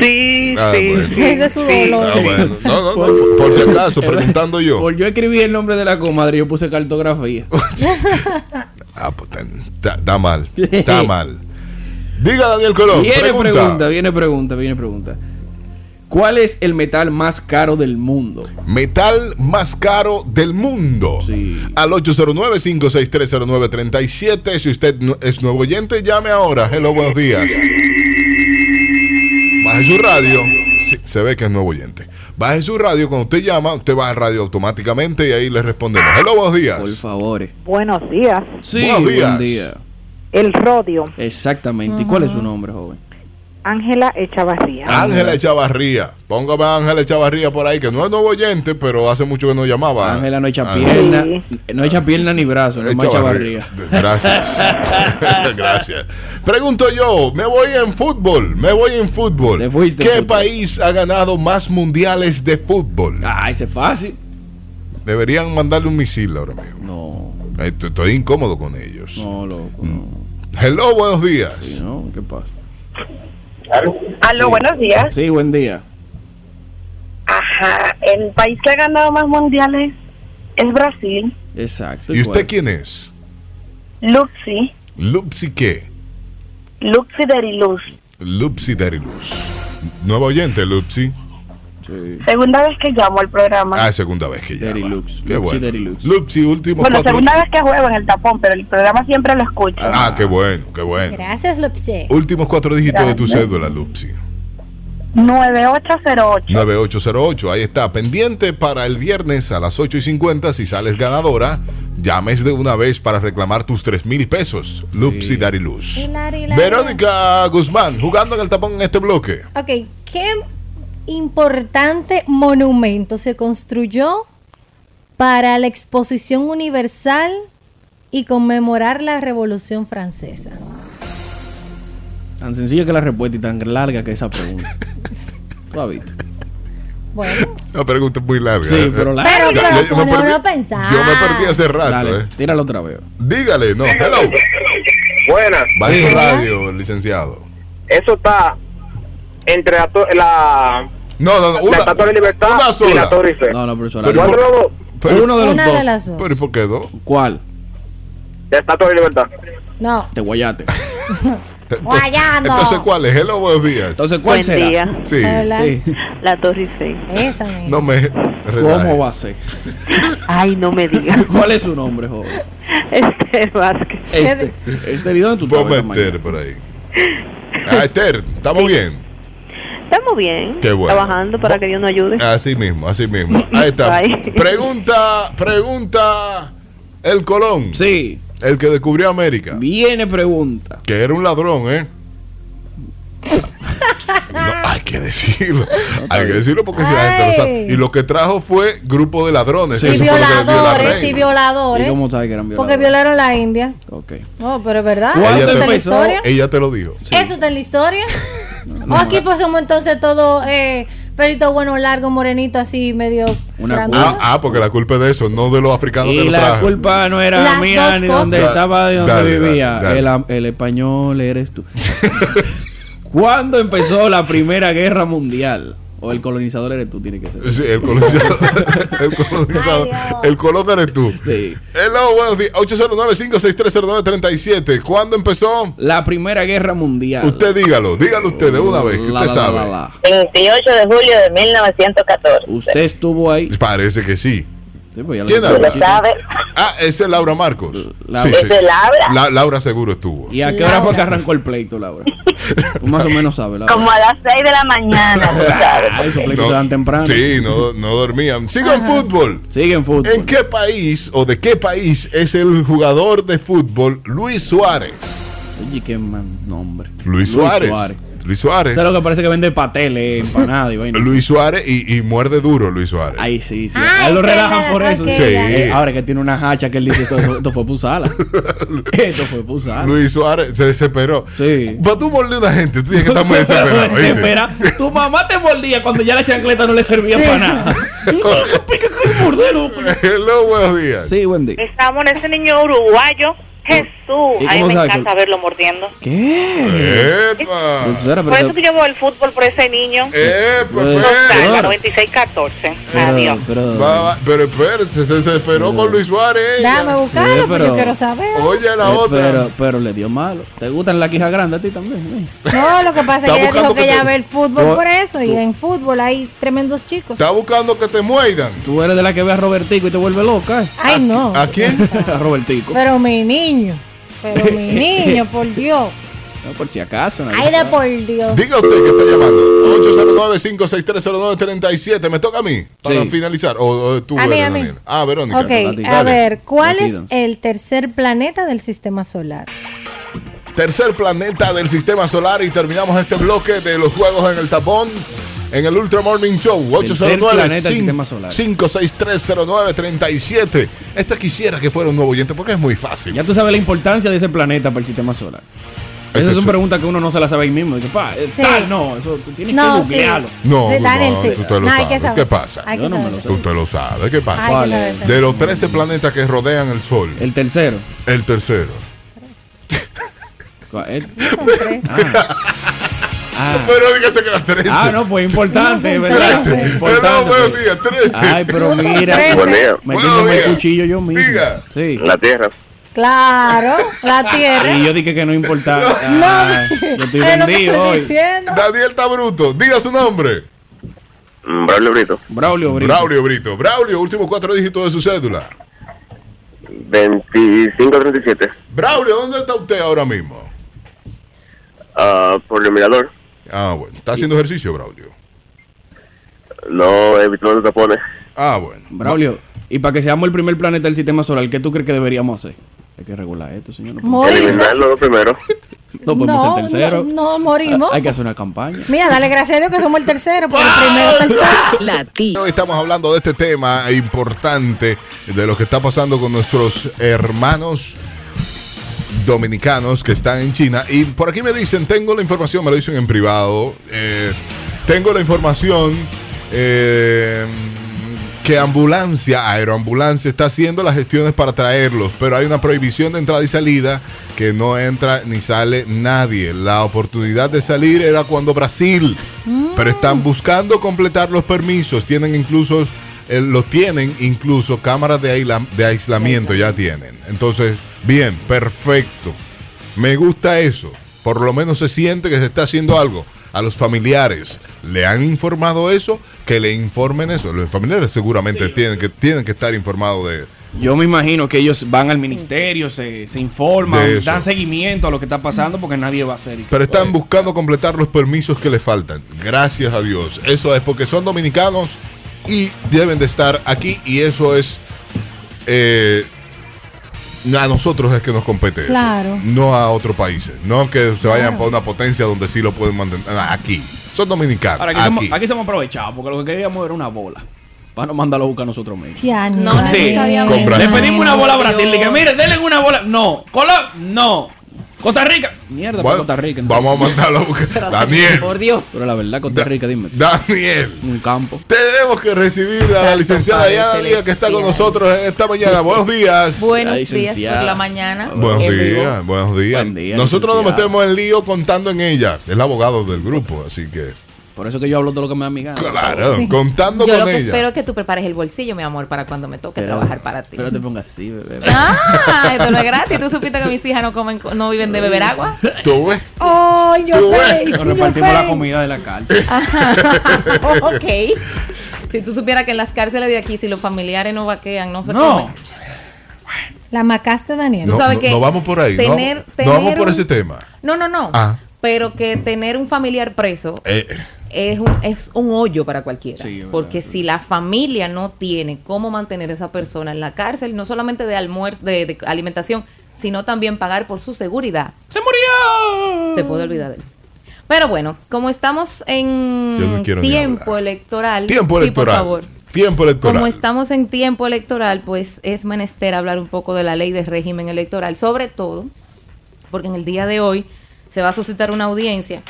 S17: Sí,
S1: Ah,
S17: sí,
S1: bueno.
S17: sí.
S3: Ese es su dolor.
S1: Ah, bueno. No, no, no, por, por si acaso, preguntando yo.
S2: Por yo escribí el nombre de la comadre, yo puse cartografía.
S1: Está está mal, está mal. Diga Daniel Colón.
S2: Viene pregunta.
S1: pregunta.
S2: viene pregunta, viene pregunta. ¿Cuál es el metal más caro del mundo?
S1: Metal más caro del mundo. Al 809-56309-37. Si usted nu- es nuevo oyente, llame ahora. Hello, buenos días. Baje su radio. Sí, se ve que es nuevo oyente. Baje su radio. Cuando usted llama, usted baja el radio automáticamente y ahí le respondemos. Hello, buenos días. Por
S2: favor.
S18: Buenos días.
S1: buenos días.
S2: buen día.
S18: El Rodio,
S2: Exactamente. ¿Y cuál es su nombre, joven?
S18: Ángela Echavarría.
S1: Ángela Echavarría. Póngame a Ángela Echavarría por ahí, que no es nuevo oyente, pero hace mucho que no llamaba.
S2: Ángela no echa pierna, no echa pierna ni brazo, no
S1: Ah. Echa
S2: echa
S1: barriga.
S2: barriga.
S1: Gracias. Gracias. Pregunto yo, me voy en fútbol, me voy en fútbol.
S2: fuiste
S1: ¿Qué
S2: en fútbol.
S1: país ha ganado más mundiales de fútbol?
S2: Ah, ese es fácil.
S1: Deberían mandarle un misil ahora mismo.
S2: No.
S1: Estoy, estoy incómodo con ellos. Mm.
S2: No, loco,
S1: Hello, buenos días.
S2: ¿no? ¿Qué pasa?
S19: Aló,
S2: Sí.
S19: buenos días.
S2: Sí, buen día.
S19: Ajá, el país que ha ganado más mundiales es Brasil.
S2: Exacto.
S1: ¿Y usted
S2: cuál?
S1: quién es?
S19: Luxi,
S1: Lupsi qué?
S19: Luxi Deriluz.
S1: Lupsi Dariluz. Nuevo oyente, Lupsi.
S19: Segunda vez que llamo al programa.
S1: Ah, es segunda vez que llama. Qué
S2: Lupsi
S1: bueno.
S2: Dariluz.
S1: Lupsi, último
S19: bueno,
S1: cuatro.
S19: segunda vez que juego en el tapón, pero el programa siempre lo escucho.
S1: Ah, qué bueno, qué bueno.
S3: Gracias, Lupse.
S1: Últimos cuatro dígitos de tu cédula, Lupsi.
S19: 9808.
S1: 9808, ahí está, pendiente para el viernes a las 8 y 50. Si sales ganadora, llames de una vez para reclamar tus 3 mil pesos. Lupsi Dariluz. Verónica Guzmán, jugando en el tapón en este bloque.
S3: Ok, ¿qué importante monumento se construyó para la exposición universal y conmemorar la Revolución Francesa?
S2: Tan sencilla que la respuesta y tan larga que esa pregunta. ¿Tú has visto?
S3: Bueno,
S1: La pregunta es muy larga.
S2: Sí, pero larga.
S3: pero,
S1: Ah, Ya-
S3: pero
S1: ya yo me
S3: pone
S1: perdí-
S3: uno a pensar.
S1: Yo me perdí
S19: Ah.
S1: hace rato,
S2: Dale,
S1: eh.
S2: tíralo otra vez.
S1: Dígale, no. Hello.
S9: Buenas.
S1: Va en su radio, licenciado.
S9: Eso está entre la, to- la,
S1: No, no, no,
S9: la
S1: una-
S9: Estatua de Libertad
S1: una
S9: y
S1: sola.
S9: la Torre Eiffel.
S2: No, no, pero eso
S1: Pero
S2: larga.
S1: ¿por- pero-
S2: Uno de los
S3: Una
S2: dos.
S3: de las dos.
S1: Pero ¿y por qué dos?
S2: ¿Cuál?
S9: La Estatua de Libertad.
S3: No.
S2: Te guayate.
S3: Guayando.
S1: Entonces, ¿cuál es? Hello, buenos días.
S2: Entonces, ¿cuál
S17: Buen
S2: será?
S17: día.
S1: Sí,
S3: Hola.
S1: sí.
S17: La Torre Eiffel.
S3: Esa, mi.
S1: No me.
S2: ¿Cómo va a ser?
S17: Ay, no me digas.
S2: ¿Cuál es su nombre, joven?
S17: Este Vázquez.
S2: Este. Este, ¿y dónde tú
S1: Ponme a
S2: estabas esta
S1: Esther por ahí. Ah, Esther, estamos bien.
S17: Estamos bien.
S1: Qué bueno. Ah.
S17: Trabajando para que Dios nos ayude.
S1: Así mismo, así mismo. Ahí está.
S17: Bye.
S1: Pregunta, pregunta el Colón.
S2: Sí.
S1: El que descubrió América.
S2: Viene pregunta.
S1: Que era un ladrón, ¿eh? No, hay que decirlo. Hay que decirlo porque si la gente lo sabe.
S3: Ay.
S1: Y lo que trajo fue grupo de ladrones.
S3: y
S1: Eso fue lo que dio la
S3: violadores,
S1: reina.
S3: y violadores.
S1: ¿Y cómo sabe que eran
S3: Porque
S1: violadores?
S3: violaron la India.
S2: Ok.
S3: Oh, pero es verdad.
S1: Ella
S3: Eso
S1: te-
S3: está en la historia.
S1: Ella te lo dijo.
S3: Eso está en la historia. o aquí fuésemos entonces todo eh, perito bueno, largo, morenito, así medio. grandote.
S1: Ah, ah, porque la culpa es de eso, no de los africanos que
S2: Y
S1: lo
S2: la
S1: trajeron.
S2: culpa no era
S3: Las
S2: mía
S3: dos
S2: ni donde
S1: cosas.
S2: estaba ni donde
S1: Dale,
S2: vivía.
S1: dale, dale.
S2: El am- El, español eres tú. ¿Cuándo empezó la Primera Guerra Mundial? O el colonizador eres tú, tiene que ser.
S1: Sí, el colonizador. el colonizador. el colón eres tú.
S2: Sí.
S1: Hello, buenos días. 809-56309-37. ¿Cuándo empezó?
S2: La Primera Guerra Mundial.
S1: Usted dígalo, dígalo usted de una vez, que
S2: La,
S1: usted
S2: la, la,
S1: sabe.
S2: la, la.
S12: 28 de julio de 1914.
S2: Usted estuvo ahí. pues
S1: Parece que sí.
S2: lo
S1: ¿Quién
S2: dije.
S1: habla?
S12: Lo sabe.
S1: Ah, esa es Laura Marcos.
S2: Laura.
S12: ¿Esa es Laura?
S1: La- Laura seguro estuvo.
S2: ¿Y a qué hora fue que arrancó el pleito, Laura? Tú más o menos sabes, Laura.
S12: Como a las 6 de la mañana. tú sabes.
S2: Ah, esos pleitos se dan temprano.
S1: Sí, no, no dormían. Sigan fútbol.
S2: Siguen fútbol.
S1: ¿En qué país o de qué país es el jugador de fútbol Luis Suárez?
S2: Oye, qué man nombre.
S1: Luis Suárez. Luis Suárez.
S2: Eso es lo que parece que vende pateles, empanadas y vaina.
S1: Luis Suárez y, y muerde duro Luis Suárez.
S2: Ahí sí, sí.
S12: Ah,
S2: A él lo relajan por eso.
S1: Sí.
S2: Eh, ahora que tiene una hacha que él dice, esto, esto fue Pusala. esto fue Pusala.
S1: Luis Suárez se desesperó. Sí. Para tú morder a una gente, tú tienes que estar muy desesperado. ¿oíste?
S8: Desespera. Tu mamá te mordía cuando ya la chancleta no le servía para nada.
S1: Hello, buenos días.
S2: Sí, buen día.
S10: Estamos en ese niño uruguayo. Jesús.
S2: ¿Y
S10: A mí
S2: cómo
S10: me
S2: sabe que-
S10: encanta verlo mordiendo.
S2: ¿Qué? Luis
S10: Por
S2: Suárez, pero, Pues,
S10: eso que llevo el fútbol por ese niño.
S1: ¡Epa! pues!
S2: Luis Suárez.
S10: 96-14.
S2: pero, pero-
S1: Va, va, pero espérate, se desesperó con Luis Suárez. ella.
S3: Déjame buscarlo,
S2: Sí,
S3: pero
S2: pero-
S3: yo quiero saber.
S1: Oye, la
S2: eh,
S1: otra.
S2: Pero, pero le dio malo. ¿Te gustan las quijas grandes a ti también? eh?
S3: No, lo que pasa es
S1: Está
S3: que ella
S1: buscando
S3: dijo que
S1: que
S3: ella
S1: te-
S3: ve el fútbol
S2: No,
S3: por eso. Y
S2: tú-
S3: en fútbol hay tremendos chicos.
S1: Está buscando que te muerdan.
S2: Tú eres de la que ve a Robertico y te vuelve loca. eh.
S3: Ay, no.
S1: ¿A quién?
S2: a Robertico.
S3: Pero mi niño. Pero mi niño, por Dios.
S2: No, por si acaso. nadie
S3: Ay, de
S2: sabe.
S3: por Dios.
S1: Diga usted que está llamando. 809-56309-37. Me toca a mí para
S2: Sí.
S1: finalizar. O, o tú,
S3: A mí, a mí.
S1: Daniel. Ah, Verónica.
S3: Ok, a ver, ¿cuál es el tercer planeta del sistema solar?
S1: Tercer planeta del sistema solar y terminamos este bloque de los juegos en el tapón en el Ultra Morning Show.
S2: Tercer planeta del
S1: 809
S2: sistema solar.
S1: 5630937. Esta Este quisiera que fuera un nuevo oyente porque es muy fácil.
S2: Ya tú sabes la importancia de ese planeta para el sistema solar. Esas
S1: Este
S2: son
S1: sí.
S2: preguntas que uno no se la sabe ahí mismo. Dice, pa, eh,
S3: Sí.
S2: tal, no, eso tú tienes que
S3: No, sí.
S2: googlearlo.
S1: No,
S3: Sí,
S1: no,
S3: Daniel, sí.
S1: tú te lo
S3: No, hay que
S1: sabes.
S3: saber.
S1: ¿Qué pasa?
S3: Hay que
S2: Yo no me
S3: saber.
S2: lo sé.
S1: Tú te lo sabes. ¿Qué pasa?
S3: Hay que
S2: ¿Cuál
S3: saber.
S2: es?
S1: De los 13 planetas que rodean el Sol,
S2: El tercero.
S1: el tercero.
S2: ¿Cuál? El-
S3: Son tres.
S2: Ah.
S1: Pero dígase que las 13.
S2: Ah, no, pues importante, ¿verdad? Pues,
S1: 13. Hello,
S2: Importante. pues.
S1: buenos días, 13.
S2: Ay, pero mira,
S5: Buen día.
S1: Buenos
S2: metiéndome
S1: días.
S2: el cuchillo yo mismo.
S1: Diga.
S2: Sí.
S5: La tierra.
S3: Claro, la Tierra.
S2: Y yo dije que no Ah. importaba. Ay, yo estoy
S3: Es lo que
S2: vendido
S3: estoy
S2: hoy.
S3: diciendo.
S1: Daniel está bruto. Diga su nombre.
S5: Mm, Braulio Brito.
S2: Braulio Brito.
S1: Braulio Brito. Braulio, últimos cuatro dígitos de su cédula.
S5: 2537.
S1: Braulio, ¿dónde está usted ahora mismo?
S5: Ah, por el mirador.
S1: Ah, bueno. ¿Está haciendo ejercicio, Braulio?
S5: No, evitando los tapones.
S1: Ah, bueno.
S2: Braulio, y para que seamos el primer planeta del sistema solar, ¿qué tú crees que deberíamos hacer? Hay que
S1: eh.
S2: regular esto, señor. No podemos-
S3: Morirse.
S5: Eliminar los dos primeros.
S2: No podemos
S3: No,
S2: ser tercero.
S3: no, no, morimos.
S2: Hay que hacer una campaña.
S3: Mira, dale gracias a Dios que somos el tercero, porque el primero está el sol.
S1: Hoy estamos hablando de este tema importante, de lo que está pasando con nuestros hermanos dominicanos que están en China. Y por aquí me dicen, tengo la información, me lo dicen en privado, eh, tengo la información eh, que ambulancia, aeroambulancia, está haciendo las gestiones para traerlos, pero hay una prohibición de entrada y salida que no entra ni sale nadie. La oportunidad de salir era cuando Brasil, pero están buscando completar los permisos, tienen incluso... eh, los tienen incluso cámaras de, aisla- de aislamiento, ya tienen. Entonces, Pues, bien, perfecto. Me gusta eso. Por lo menos se siente que se está haciendo algo. A los familiares le han informado eso, que le informen eso. Los familiares seguramente tienen, que, tienen que estar informados de,
S2: Yo me imagino que ellos van al ministerio, se, se
S1: De
S2: informan,
S1: eso.
S2: dan seguimiento a lo que está pasando porque nadie va a hacer. y que-
S1: Pero están buscando completar los permisos que le faltan. Gracias a Dios. Eso es porque son dominicanos y deben de estar aquí y eso es... eh, a nosotros es que nos compete. eso.
S3: Claro.
S1: No a otros países. No que se vayan para una potencia donde sí lo pueden mantener. Ah, Aquí. Son dominicanos.
S2: Ahora, aquí,
S1: aquí.
S2: Somos, aquí somos aprovechados porque lo que queríamos era una bola. Para no mandarlo a buscar nosotros mismos.
S3: Ya, no,
S2: Sí.
S3: necesariamente.
S1: Con Brasil.
S2: Le pedimos una
S3: Ay,
S2: bola a
S3: no,
S2: Brasil. Le dije,
S3: Dios.
S2: mire, denle una bola. No. Cola, no. Costa Rica. Mierda, para
S1: Bueno,
S2: Costa Rica.
S1: Vamos a mandarlo a buscar. Daniel.
S2: Por
S16: Dios.
S2: Pero la verdad, Costa Rica, dime.
S1: Daniel.
S2: Un campo.
S1: Tenemos que recibir a la licenciada
S16: Padre
S1: Diana Díaz que está con nosotros en esta mañana. Buenos días.
S16: Buenos días por la mañana. Eh,
S1: Buenos
S16: En vivo.
S1: días, buenos días. Nosotros nos
S2: licenciada.
S1: metemos en lío contando en ella. Es la abogado del grupo, así que.
S2: Por eso que yo hablo todo lo que me amiga.
S1: Claro, contando
S16: Yo lo
S1: Ah, con
S16: que
S1: ella.
S16: espero es que tú prepares el bolsillo, mi amor, para cuando me toque
S2: Pero-
S16: trabajar para ti.
S2: Pero te pongas así, bebé.
S16: Ah, esto no es gratis. Tú supiste que mis hijas no comen, no viven de beber agua.
S1: Tú ves.
S16: Ay,
S1: yo Tú ves. sé,
S2: Nos repartimos la comida de la cárcel.
S16: ok. Si tú supieras que en las cárceles de aquí, si los familiares no vaquean, no se comen.
S3: La macaste, Daniel.
S1: No, no- no vamos por ahí. no-
S16: tener-
S1: no, vamos
S16: tener
S1: por
S16: un-
S1: ese tema.
S16: No, no, no.
S1: Ah.
S16: Pero que tener un familiar preso
S1: Eh,
S16: es un, es un hoyo para cualquiera. porque si la familia no tiene cómo mantener a esa persona en la cárcel, no solamente de almuerzo, de, de alimentación, sino también pagar por su seguridad. ¡Se murió! Te puedo olvidar de él. Pero bueno, como estamos en
S1: Yo no quiero ni
S16: tiempo electoral.
S1: tiempo
S16: Sí, por
S1: electoral.
S16: favor.
S1: Tiempo
S16: Como
S1: electoral.
S16: estamos en tiempo electoral, pues es menester hablar un poco de la ley de régimen electoral, sobre todo porque en el día de hoy se va a suscitar una audiencia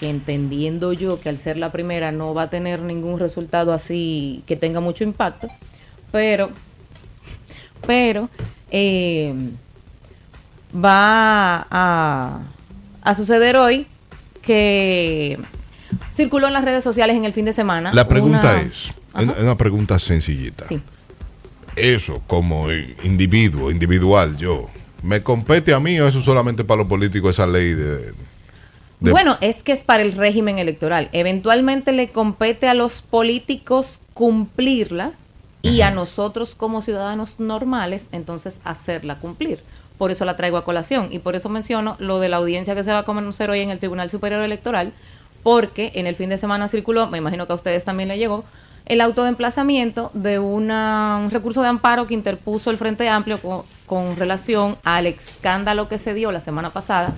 S16: que entendiendo yo que al ser la primera no va a tener ningún resultado así que tenga mucho impacto, pero, pero eh, va a, a suceder hoy que circuló en las redes sociales en el fin de semana.
S1: La pregunta
S16: una-
S1: es: en- una pregunta sencillita.
S16: Sí.
S1: Eso, como eh, individuo, individual, yo. ¿Me compete a mí o eso solamente para los políticos, esa ley de. de-
S16: Bueno, es que es para el régimen electoral. Eventualmente le compete a los políticos cumplirlas y a nosotros como ciudadanos normales, entonces hacerla cumplir. Por eso la traigo a colación y por eso menciono lo de la audiencia que se va a conocer hoy en el Tribunal Superior Electoral, porque en el fin de semana circuló, me imagino que a ustedes también le llegó, el auto de emplazamiento de una- un recurso de amparo que interpuso el Frente Amplio co- con relación al escándalo que se dio la semana pasada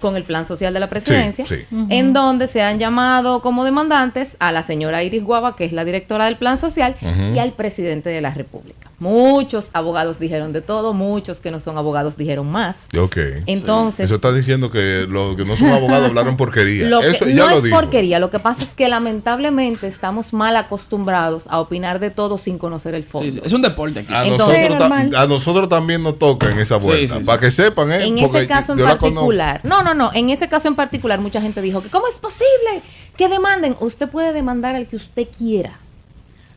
S16: con el plan social de la presidencia,
S20: sí.
S16: en donde se han llamado como demandantes a la señora Iris Guava, que es la directora del plan social,
S20: Ujú.
S16: y al presidente de la República. Muchos abogados dijeron de todo, muchos que no son abogados dijeron más.
S1: Ok.
S16: Entonces-
S1: Eso está diciendo que los que no son abogados hablaron porquería.
S16: Lo que-
S1: eso ya
S16: no
S1: lo
S16: es
S1: dijo.
S16: porquería, lo que pasa es que lamentablemente estamos mal acostumbrados a opinar de todo sin conocer el fondo.
S2: Es un deporte aquí.
S1: A,
S16: Entonces-
S1: nosotros
S16: Pero,
S1: ta-
S16: hermano.
S1: a nosotros también nos toca en esa vuelta. Para que sepan, ¿eh?
S16: En
S1: porque
S16: ese caso en
S1: yo la conozco.
S16: particular. No, no, no. En ese caso en particular, mucha gente dijo que cómo es posible que demanden. Usted puede demandar al que usted quiera.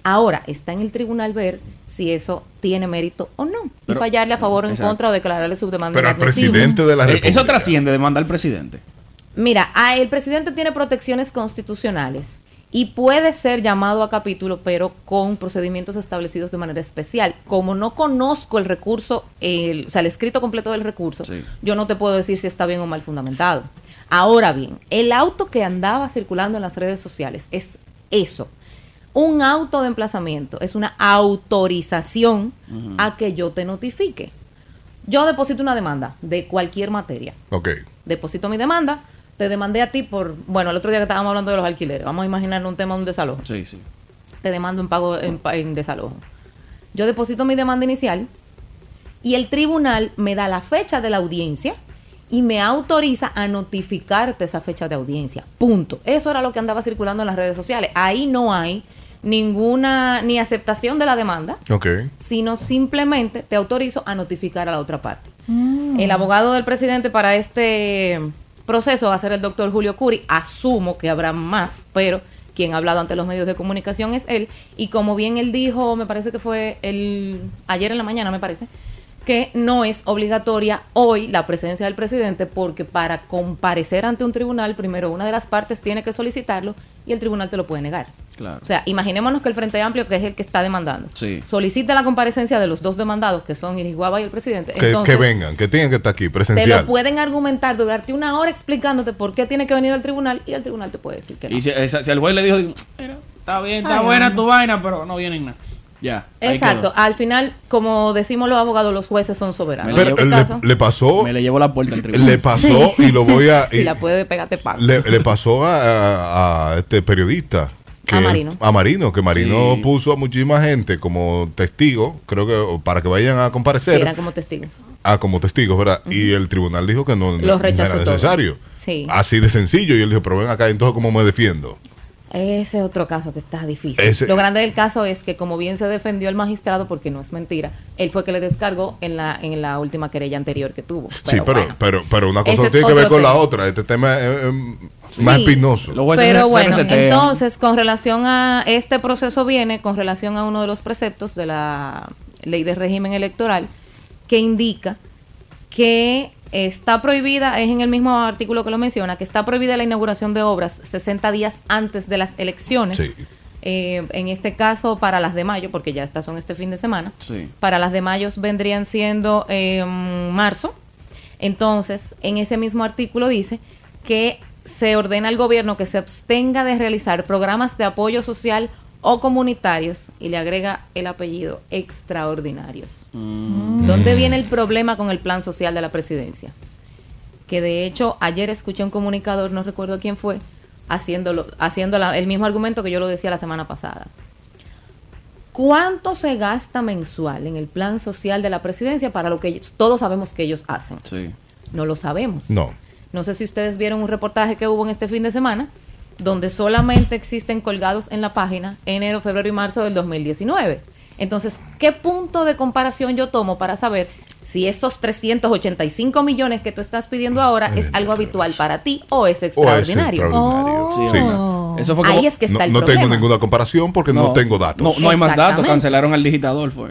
S16: Ahora está en el tribunal ver si eso tiene mérito o no.
S2: Pero-
S16: y fallarle a favor o en
S2: Exacto.
S16: contra o declararle subdemanda. inadmisible.
S2: Eh, Eso trasciende demanda al presidente.
S16: Mira, ah, el presidente tiene protecciones constitucionales y puede ser llamado a capítulo, pero con procedimientos establecidos de manera especial. Como no conozco el recurso, el, o sea, el escrito completo del recurso, yo no te puedo decir si está bien o mal fundamentado. Ahora bien, el auto que andaba circulando en las redes sociales es eso. Un auto de emplazamiento es una autorización
S20: Ujú.
S16: a que yo te notifique. Yo deposito una demanda de cualquier materia
S1: Ok.
S16: deposito mi demanda, te demandé a ti por, bueno, el otro día que estábamos hablando de los alquileres, vamos a imaginar un tema de un desalojo,
S2: Sí, sí.
S16: te demando en pago en, pa- en desalojo. Yo deposito mi demanda inicial y el tribunal me da la fecha de la audiencia y me autoriza a notificarte esa fecha de audiencia. Punto. Eso era lo que andaba circulando en las redes sociales. Ahí no hay ninguna ni aceptación de la demanda,
S1: Ok.
S16: sino simplemente te autorizo a notificar a la otra parte.
S1: Mm.
S2: Mm.
S16: El abogado del presidente para este proceso va a ser el doctor Julio Curi. Asumo que habrá más, pero quien ha hablado ante los medios de comunicación es él. Y como bien él dijo, me parece que fue el ayer en la mañana, me parece, que no es obligatoria hoy la presencia del presidente porque para comparecer ante un tribunal, primero una de las partes tiene que solicitarlo y el tribunal te lo puede negar.
S2: Claro.
S16: O sea, imaginémonos que el Frente Amplio, que es el que está demandando,
S1: Sí.
S16: solicita la comparecencia de los dos demandados, que son Iris Guava y el presidente.
S1: Que,
S16: Entonces,
S1: que vengan, que tienen que estar aquí,
S16: te lo
S1: presencial.
S16: pueden argumentar durante una hora explicándote por qué tiene que venir al tribunal y el tribunal te puede decir que no.
S2: Y si, esa- si al juez le dijo,
S8: Está bien, está
S16: Ay,
S8: buena
S16: no.
S8: tu vaina, pero no vienen nada.
S2: ya. ahí quedó.
S16: Exacto. Al final, como decimos los abogados, los jueces son soberanos.
S1: Pero
S16: En este
S1: le,
S16: caso,
S1: le pasó.
S2: Me le llevo la puerta al tribunal.
S1: Le pasó y lo voy a.
S16: si
S1: y
S16: la puede pegar, te pago.
S1: le, le pasó a, a este periodista. Que,
S16: A Marino.
S1: a Marino, que Marino
S16: Sí.
S1: puso a muchísima gente como testigo, creo que o para que vayan a
S16: Sí,
S1: comparecer.
S16: eran como testigos.
S1: Ah, como testigos, ¿verdad? Y el tribunal dijo que no,
S16: Los
S1: no era
S16: rechazó todo.
S1: necesario.
S16: Sí.
S1: Así de sencillo. Y él dijo, pero ven acá, entonces, ¿cómo me defiendo?
S16: Ese es otro caso que está difícil.
S1: Ese-
S16: Lo grande del caso es que, como bien se defendió el magistrado, porque no es mentira, él fue que le descargó en la, en la última querella anterior que tuvo.
S1: sí, pero, pero, pero una cosa
S16: Ese es
S1: tiene que ver
S16: otro
S1: con la
S16: tema.
S1: otra. Este tema es eh, más
S16: Sí.
S1: espinoso.
S16: Pero bueno, entonces con relación a este proceso viene con relación a uno de los preceptos de la ley de régimen electoral que indica que está prohibida, es en el mismo artículo que lo menciona, que está prohibida la inauguración de obras 60 días antes de las elecciones. Eh, en este caso para las de mayo, porque ya estas son este fin de semana.
S2: Sí.
S16: Para las de mayo vendrían siendo eh, marzo. Entonces, en ese mismo artículo dice que se ordena al gobierno que se abstenga de realizar programas de apoyo social o comunitarios y le agrega el apellido extraordinarios.
S1: Mm.
S16: ¿Dónde
S4: Mm.
S16: viene el problema con el plan social de la presidencia? Que de hecho ayer escuché un comunicador, no recuerdo quién fue, haciéndolo, haciendo la- el mismo argumento que yo lo decía la semana pasada. ¿Cuánto se gasta mensual en el plan social de la presidencia para lo que ellos- todos sabemos que ellos hacen?
S2: Sí.
S16: No lo sabemos.
S1: No.
S16: No sé si ustedes vieron un reportaje que hubo en este fin de semana, donde solamente existen colgados en la página enero, febrero y marzo del 2019. Entonces, ¿qué punto de comparación yo tomo para saber si esos 385 millones que tú estás pidiendo ahora es algo habitual para ti o es extraordinario?
S1: extraordinario.
S16: Oh.
S1: Sí.
S2: Eso fue como-
S16: Ahí es que está
S1: no,
S16: el
S1: no
S16: problema.
S1: tengo ninguna comparación porque no, tengo datos.
S2: No, no hay más datos,
S16: Exactamente.
S2: cancelaron al digitador. Fue.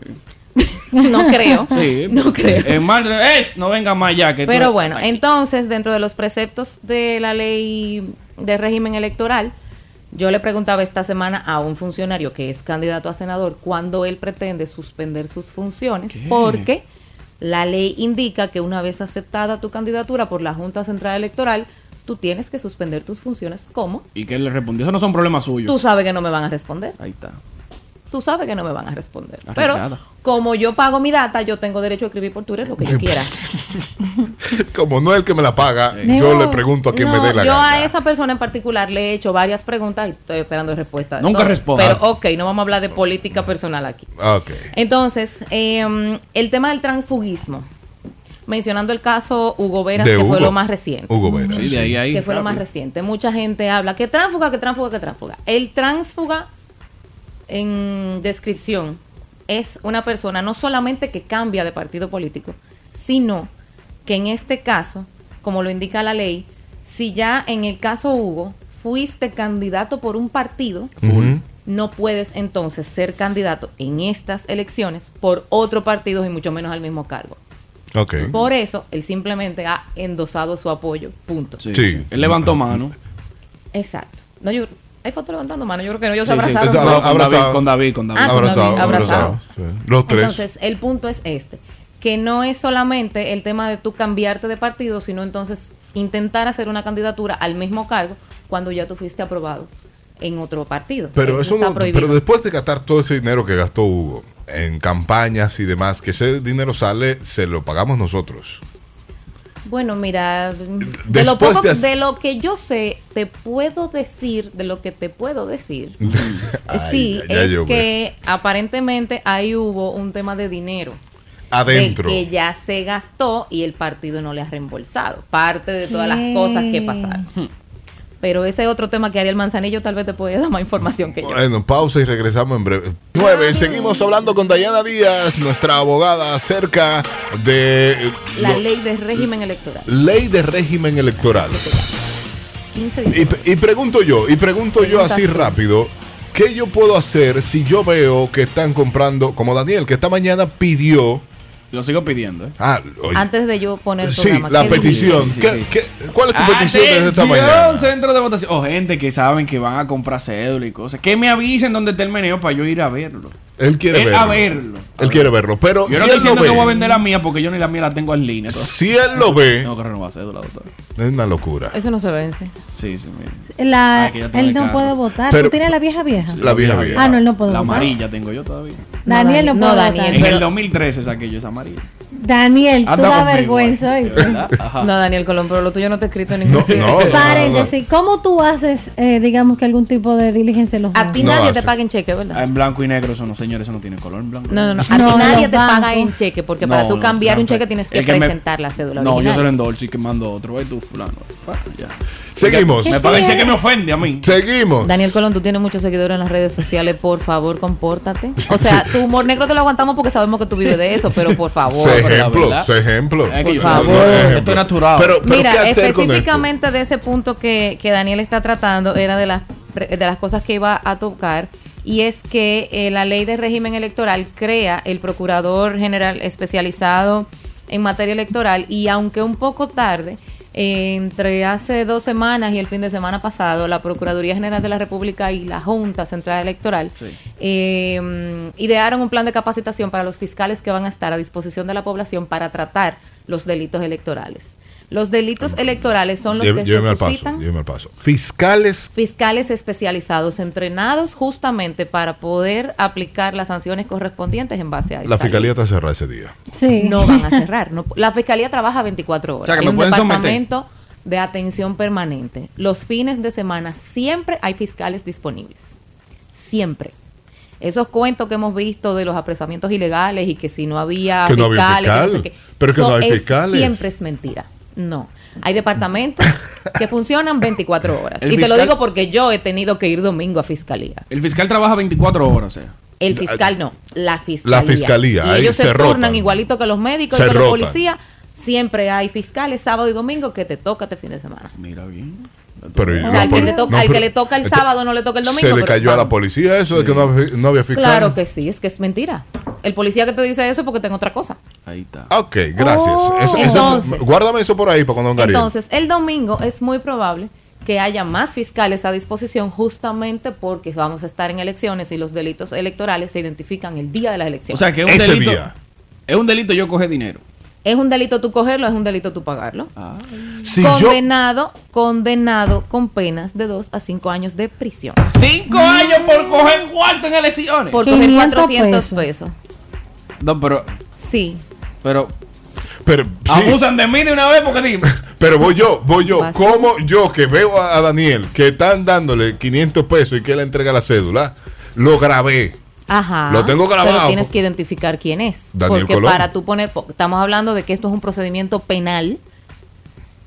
S16: No creo.
S2: Sí,
S16: no
S2: porque
S16: creo.
S2: En marzo, es, no venga más ya. Que tú-
S16: Pero bueno, entonces, dentro de los preceptos de la ley de régimen electoral, yo le preguntaba esta semana a un funcionario que es candidato a senador cuándo él pretende suspender sus funciones, porque la ley indica que una vez aceptada tu candidatura por la Junta Central Electoral, tú tienes que suspender tus funciones. ¿Cómo?
S2: ¿Y qué le respondió? Eso no son problemas suyos.
S16: Tú sabes que no me van a responder.
S2: Ahí está.
S16: Tú sabes que no me van a responder.
S2: Arriesgada.
S16: Pero como yo pago mi data, yo tengo derecho a escribir por Twitter lo que yo quiera.
S1: pues, Como no es el que me la paga, yo
S16: No,
S1: le pregunto a quien
S16: no,
S1: me dé la
S16: Yo
S1: gana.
S16: a esa persona en particular le he hecho varias preguntas y estoy esperando respuesta. de
S1: Nunca
S16: todo.
S1: responde.
S16: Pero ok, no vamos a hablar de política personal aquí.
S1: Ah, ok.
S16: Entonces, eh, el tema del transfugismo. Mencionando el caso Hugo Veras,
S1: De
S16: que fue
S1: Hugo-
S16: lo más reciente.
S1: Hugo Veras,
S2: Sí, de ahí a ahí,
S16: Que fue lo más
S2: rápido.
S16: reciente. Mucha gente habla que tránsfuga, que tránsfuga, que tránsfuga. El tránsfuga, en descripción, es una persona no solamente que cambia de partido político, sino que en este caso, como lo indica la ley, si ya en el caso Hugo fuiste candidato por un partido,
S20: Ujú.
S16: no puedes entonces ser candidato en estas elecciones por otro partido y mucho menos al mismo cargo.
S1: Ok.
S16: Por eso, él simplemente ha endosado su apoyo. Punto.
S2: Sí.
S1: Sí.
S2: Él levantó mano.
S16: Exacto. No, yo, hay fotos levantando mano. Yo creo que no. Ellos
S2: Sí,
S16: se
S2: sí.
S16: abrazaron.
S2: Está-
S16: ¿no?
S2: con
S1: Abrazado.
S2: David, con David, con David.
S16: Ah, con
S1: Abrazado,
S16: David, abrazado.
S1: abrazado. Sí. Los tres.
S16: Entonces, el punto es este, que no es solamente el tema de tú cambiarte de partido, sino entonces intentar hacer una candidatura al mismo cargo cuando ya tú fuiste aprobado en otro partido.
S1: Pero
S16: Eso
S1: eso
S16: eh, está
S1: no,
S16: prohibido.
S1: pero después de gastar todo ese dinero que gastó Hugo en campañas y demás, que ese dinero sale, se lo pagamos nosotros.
S16: Bueno, mira, de
S1: Después
S16: lo, poco-
S1: de hacer-
S16: de lo que yo sé, te puedo decir, de lo que te puedo decir, Mm. sí,
S1: ya
S16: es
S1: llovió.
S16: que aparentemente ahí hubo un tema de dinero.
S1: Adentro.
S16: De que ya se gastó y el partido no le ha reembolsado. Parte de todas las cosas que pasaron. Pero ese es otro tema que Ariel Manzanillo tal vez te puede dar más información que yo.
S1: Bueno, pausa y regresamos en breve. 9. Seguimos hablando con Dayana Díaz, nuestra abogada, acerca de eh,
S16: La
S1: lo-
S16: ley de régimen electoral.
S1: ley de régimen electoral.
S16: 15
S1: Y, pre- y pregunto yo, y pregunto yo así rápido, ¿qué yo puedo hacer si yo veo que están comprando, como Daniel, que esta mañana pidió
S2: Lo sigo pidiendo. ¿eh?
S1: Ah, oye.
S16: Antes de yo poner
S1: Sí, la petición. ¿Qué- qué- cuál es tu petición desde esta mañana?
S2: Atención, centro de votación. O gente que saben que van a comprar cédula y cosas. Que me avisen dónde está el meneo para yo ir a verlo.
S1: Él quiere
S2: Él
S1: verlo.
S2: a verlo.
S1: Él quiere verlo. Pero
S2: Yo no
S1: si él
S2: estoy
S1: lo
S2: diciendo que voy a
S1: ve,
S2: vender la mía porque yo ni la mía la tengo en línea.
S1: si él lo ve,
S2: Tengo que renovar cédula, doctor.
S1: es una locura.
S16: Eso no se vence.
S2: Sí, sí, mira.
S3: La,
S2: Ah, que ya tengo
S3: él
S2: el
S3: no
S2: carro.
S3: puede votar.
S2: Pero-
S3: ¿Tú tienes la vieja vieja?
S1: La vieja vieja.
S3: Ah, no, él no puede
S2: La
S3: votar.
S2: amarilla tengo yo todavía.
S3: Daniel no,
S16: No,
S3: puede
S16: Daniel,
S2: En
S3: votar.
S2: el 2013 saqué yo esa amarilla.
S3: Daniel, tú
S2: Anda
S3: da
S2: conmigo,
S3: vergüenza.
S2: de
S3: ¿oíste?
S2: verdad. Ajá.
S16: No, Daniel Colón, pero lo tuyo no te he escrito en ningún sitio.
S1: no, no, no,
S3: Paréntesis, ¿cómo tú haces, eh, digamos, que algún tipo de diligencia en los
S16: A ti
S2: No
S16: nadie
S2: hace.
S16: te paga en cheque, ¿verdad?
S2: Ah, En blanco y negro, eso no, señores, eso no tiene color en blanco. Ah,
S16: No, no, no. A ti
S3: No,
S16: nadie
S3: los
S16: te paga
S3: bancos.
S16: en cheque porque
S2: No,
S16: para tú
S2: no,
S16: cambiar un
S2: transfer-
S16: cheque tienes que
S2: el que me-
S16: presentar la cédula
S2: No, yo
S16: original.
S2: se lo endorso y que mando otro. Ve tú, fulano. Pa, ya.
S1: Seguimos.
S2: Me paga el cheque, me ofende a mí.
S1: Seguimos.
S16: Daniel Colón, tú tienes muchos seguidores en las redes sociales, por favor, compórtate. O sea, tu humor negro te lo aguantamos porque sabemos que tú vives de eso, pero por favor.
S1: Se
S2: pero la
S1: ejemplo,
S2: verdad-
S1: se ejemplo.
S2: Es que yo-
S1: Por favor.
S2: Esto es natural.
S1: Pero, pero
S16: Mira,
S1: ¿qué hacer con esto?
S16: específicamente de ese punto que, que Daniel está tratando, era de las, pre- de las cosas que iba a tocar, y es que eh, la ley de régimen electoral crea el procurador general especializado en materia electoral, y aunque un poco tarde, eh, entre hace dos semanas y el fin de semana pasado, la Procuraduría General de la República y la Junta Central Electoral eh, idearon un plan de capacitación para los fiscales que van a estar a disposición de la población para tratar los delitos electorales. Los delitos electorales son los
S1: Lle-
S16: que
S1: lléveme al
S16: se
S1: paso,
S16: suscitan
S1: lléveme al paso. Fiscales
S16: fiscales especializados entrenados justamente para poder aplicar las sanciones correspondientes en base a esta
S1: La fiscalía
S16: ley.
S1: está cerrada ese día.
S16: No van a cerrar. no- la fiscalía trabaja 24 horas.
S1: O sea, que
S16: Hay
S1: me
S16: un
S1: pueden someter.
S16: departamento de atención permanente. Los fines de semana siempre hay fiscales disponibles. Siempre. Esos cuentos que hemos visto de los apresamientos ilegales y que si no había
S1: Que no había
S16: fiscales, que no
S1: fiscal.
S16: sé qué.
S1: Pero que
S16: Eso
S1: no hay
S16: es-
S1: fiscales.
S16: Siempre es mentira. No. Hay departamentos que funcionan 24 horas.
S2: El
S16: y te lo
S2: fiscal-
S16: digo porque yo he tenido que ir domingo a fiscalía.
S2: El fiscal trabaja 24 horas, o sea.
S16: El fiscal no, la fiscalía.
S2: La fiscalía,
S16: Y
S2: ahí
S16: ellos se,
S2: se rotan.
S16: turnan igualito que los médicos
S2: Se
S16: y que los
S2: rotan.
S16: policías. Siempre hay fiscales sábado y domingo que te toca este fin de semana.
S2: Mira bien.
S1: Pero
S16: O sea, al que,
S1: pero-
S16: le toca,
S1: no,
S16: al que
S1: pero-
S16: le toca el
S1: esto-
S16: sábado no le toca el domingo.
S1: Se le
S16: pero
S1: cayó a
S16: está-
S1: la policía eso de que no había, no había fiscal.
S16: Claro que sí, es que es mentira. El policía que te dice eso es porque tengo otra cosa.
S2: Ahí está.
S1: Ok, gracias.
S16: Oh.
S1: Eso- eso-
S16: Entonces-
S1: guárdame eso por ahí para cuando Gary.
S16: Entonces, el domingo es muy probable que haya más fiscales a disposición justamente porque vamos a estar en elecciones y los delitos electorales se identifican el día de las
S2: O
S16: elecciones.
S2: sea, que es un
S1: Ese
S2: delito.
S1: día.
S2: Es un delito yo coge dinero.
S16: Es un delito tú cogerlo, es un delito tú pagarlo.
S2: Si yo-
S16: condenado, condenado con penas de 2 a 5 años de prisión. Mm.
S2: ¡Cinco años por coger cuarto en elecciones!
S16: Por coger 400 pesos.
S2: No, pero.
S16: Sí.
S2: Pero.
S1: Pero.
S2: Abusan de mí de una vez porque dime.
S1: Pero voy yo, voy yo. ¿Cómo yo que veo a a Daniel que están dándole 500 pesos y que él entrega la cédula? Lo grabé.
S16: Ajá.
S1: Lo tengo grabado.
S16: Pero tienes que identificar quién es.
S1: Daniel
S16: porque
S1: Colón.
S16: para tú poner, po- estamos hablando de que esto es un procedimiento penal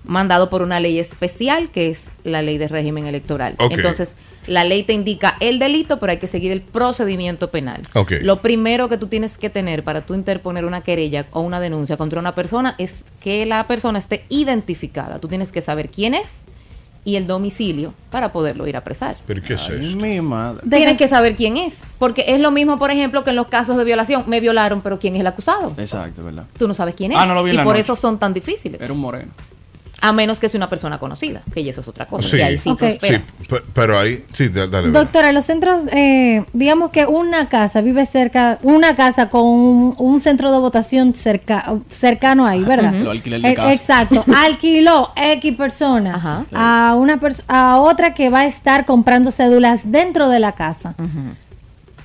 S16: mandado por una ley especial que es la ley de régimen electoral.
S1: Ok.
S16: Entonces, la ley te indica el delito, pero hay que seguir el procedimiento penal.
S1: Ok.
S16: Lo primero que tú tienes que tener para tú interponer una querella o una denuncia contra una persona es que la persona esté identificada. Tú tienes que saber quién es y el domicilio para poderlo ir a apresar.
S1: ¿Pero qué es eso?
S2: Mi madre.
S16: Tienes que saber quién es. Porque es lo mismo, por ejemplo, que en los casos de violación. Me violaron, pero ¿quién es el acusado?
S2: Exacto, ¿verdad?
S16: Tú no sabes quién es.
S2: Ah, no lo vi
S16: y
S2: en la
S16: por
S2: noche.
S16: eso son tan difíciles.
S2: Era un moreno.
S16: A menos que sea una persona conocida, que ya eso es otra cosa.
S1: Sí,
S16: que ahí sí
S1: sí,
S16: prospera.
S1: pe- pero ahí, sí, da- dale. dale.
S3: Doctora, los centros, eh, digamos que una casa vive cerca, una casa con un, un centro de votación cerca, cercano ahí, ¿verdad?
S2: Ujú. Lo alquiler de
S3: Eh,
S2: casa.
S3: Exacto, alquiló X persona a una pers- a otra que va a estar comprando cédulas dentro de la casa.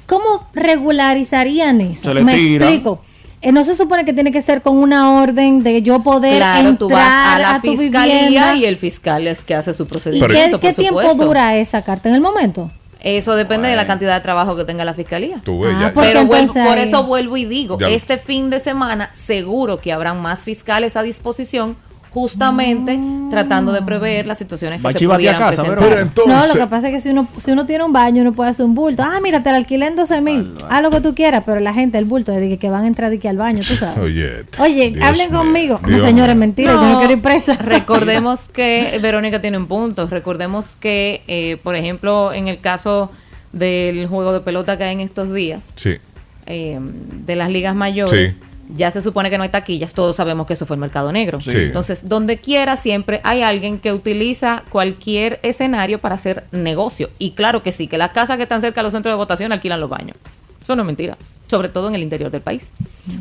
S3: ¿Cómo regularizarían eso?
S16: Se le
S3: Me
S16: tira.
S3: explico. Eh, no se supone que tiene que ser con una orden de yo poder
S16: Claro,
S3: entrar
S16: tú vas a la
S3: tu
S16: fiscalía
S3: vivienda.
S16: y el fiscal es que hace su
S3: ¿Y
S16: procedimiento.
S3: qué,
S16: por
S3: qué tiempo
S16: supuesto.
S3: dura esa carta en el momento?
S16: Eso depende de la cantidad de trabajo que tenga la fiscalía.
S1: Tú ves, ya-
S3: Ah, porque
S16: Pero vuelvo-
S3: entonces
S16: por
S3: ahí-
S16: eso vuelvo y digo,
S1: Ya lo-
S16: este fin de semana seguro que habrán más fiscales a disposición justamente
S3: Ah.
S16: tratando de prever las situaciones que
S1: Va a
S16: se
S1: chivatear
S16: pudieran
S1: casa,
S16: presentar.
S1: pero- Pero entonces-
S3: no, lo que pasa es que si uno, si uno tiene un baño, uno puede hacer un bulto. Ah, mira, te la alquilé en 12
S1: Ah,
S3: mil. Haz lo que tú quieras, pero la gente, el bulto, es de que, que van a entrar de que al baño, tú sabes.
S1: Oye,
S3: Oye,
S1: Dios
S3: hablen
S1: mío,
S3: conmigo.
S1: Dios
S3: no, señores,
S1: mío.
S3: mentira, yo no quiero ir presa.
S16: Recordemos que eh, Verónica tiene un punto. Recordemos que, eh, por ejemplo, en el caso del juego de pelota que hay en estos días,
S1: Sí.
S16: eh, de las ligas mayores,
S1: Sí.
S16: ya se supone que no hay taquillas, todos sabemos que eso fue el mercado negro.
S20: Sí.
S16: Entonces, donde quiera siempre hay alguien que utiliza cualquier escenario para hacer negocio. Y claro que sí, que las casas que están cerca de los centros de votación alquilan los baños. Eso no es mentira, sobre todo en el interior del país.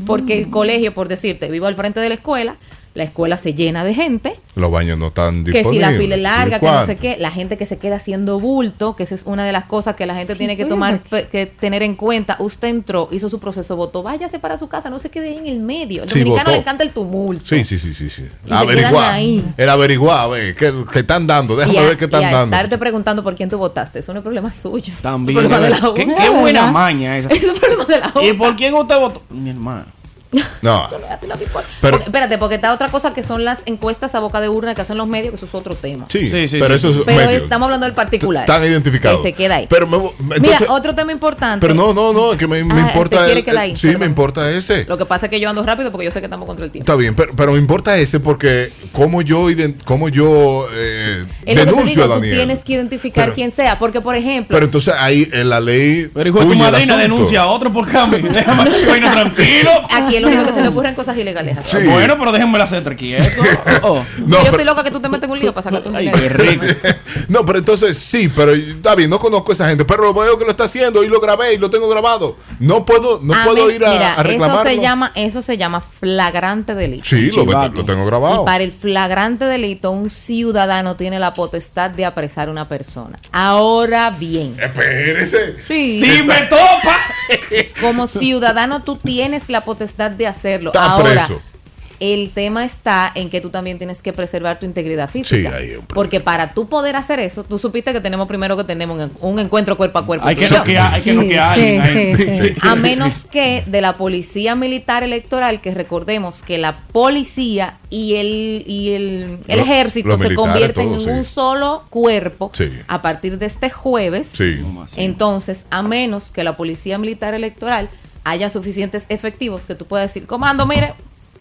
S16: Porque el colegio, por decirte, vivo al frente de la escuela, la escuela se llena de gente
S1: Los baños no están
S16: que si
S1: disponibles.
S16: la fila es larga,
S1: ¿Y
S16: que no
S1: cuánto?
S16: sé qué, la gente que se queda haciendo bulto, que esa es una de las cosas que la gente
S3: Sí,
S16: tiene que
S3: oye,
S16: tomar,
S3: Maki.
S16: pe- que tener en cuenta. Usted entró, hizo su proceso, votó, váyase para su casa, no se quede ahí en el medio. Al
S1: Sí,
S16: dominicano
S1: votó.
S16: le encanta el tumulto.
S1: Sí, sí, sí, sí. sí.
S16: Y se quedan
S1: Averiguar.
S16: ahí.
S1: El averiguar, a ver, ¿qué, qué están dando? Déjame
S16: y a,
S1: ver qué
S16: y
S1: están
S16: a
S1: dando.
S16: estarte preguntando por quién tú votaste, eso no es problema suyo.
S2: También.
S16: Problema de la
S2: ¿verdad? Qué,
S16: Junta,
S2: qué buena
S16: ¿verdad?
S2: maña esa.
S16: Es un problema de la Junta.
S2: ¿Y por quién usted votó? Mi hermano.
S1: No.
S16: Porque- espérate, porque está otra cosa que son las encuestas a boca de urna que hacen los medios, que eso es otro tema.
S1: Sí, pero eso es
S16: Pero
S1: medio.
S16: estamos hablando del particular.
S1: Están identificados.
S16: Que se queda ahí.
S1: Pero, me- me- entonces-
S16: Mira, otro tema importante.
S1: pero no, no, no, es que me, me
S16: Ah,
S1: importa
S16: ¿te quiere
S1: el-
S16: quedar ahí?
S1: el- Sí, me importa ese.
S16: Lo que pasa es que yo ando rápido porque yo sé que estamos contra el tiempo.
S1: Está bien, pero, pero me importa ese porque como yo, ident- cómo yo eh,
S16: Es lo que te
S1: denuncio
S16: digo,
S1: a
S16: tú
S1: Daniel.
S16: tienes que identificar
S1: Pero-
S16: quién sea, porque por ejemplo,
S1: Pero entonces ahí en la ley. Pero
S2: hijo de tu madrina denuncia a otro por cambio. Déjame, bueno, tranquilo.
S16: aquí es lo único que se le ocurren cosas ilegales.
S2: Ah, Bueno, pero déjenme la hacer quieto. Oh.
S1: No,
S16: yo
S1: pero-
S16: estoy loca que tú te metes en un lío para sacarte un dinero.
S1: no, pero entonces sí, pero está bien, no conozco a esa gente, pero lo veo que lo está haciendo y lo grabé y lo tengo grabado. No puedo, no
S16: A
S1: puedo
S16: mí-
S1: ir a,
S16: Ah, mira,
S1: a
S16: eso
S1: reclamarlo.
S16: se llama, eso se llama flagrante delito.
S1: sí, lo, lo tengo grabado.
S16: Y para el flagrante delito, un ciudadano tiene la potestad de apresar a una persona. Ahora bien,
S1: Espérese.
S16: Sí.
S2: Si me topa.
S16: como ciudadano tú tienes la potestad de hacerlo.
S1: Está
S16: Ahora,
S1: preso.
S16: el tema está en que tú también tienes que preservar tu integridad física.
S1: Sí, ahí es un problema.
S16: porque para tú poder hacer eso, tú supiste que tenemos primero que tenemos un, un encuentro cuerpo a cuerpo.
S2: Hay que
S16: Tú y yo.
S2: noquear, hay que noquear a alguien ahí.
S16: A menos que de la policía militar electoral, que recordemos que la policía y el, y el, el
S1: Lo-
S16: ejército
S1: los
S16: se
S1: militares,
S16: convierten
S1: todo,
S16: en
S1: sí.
S16: un solo cuerpo
S1: Sí.
S16: a partir de este jueves.
S1: Sí.
S16: Entonces, a menos que la policía militar electoral haya suficientes efectivos que tú puedas decir, comando, mire,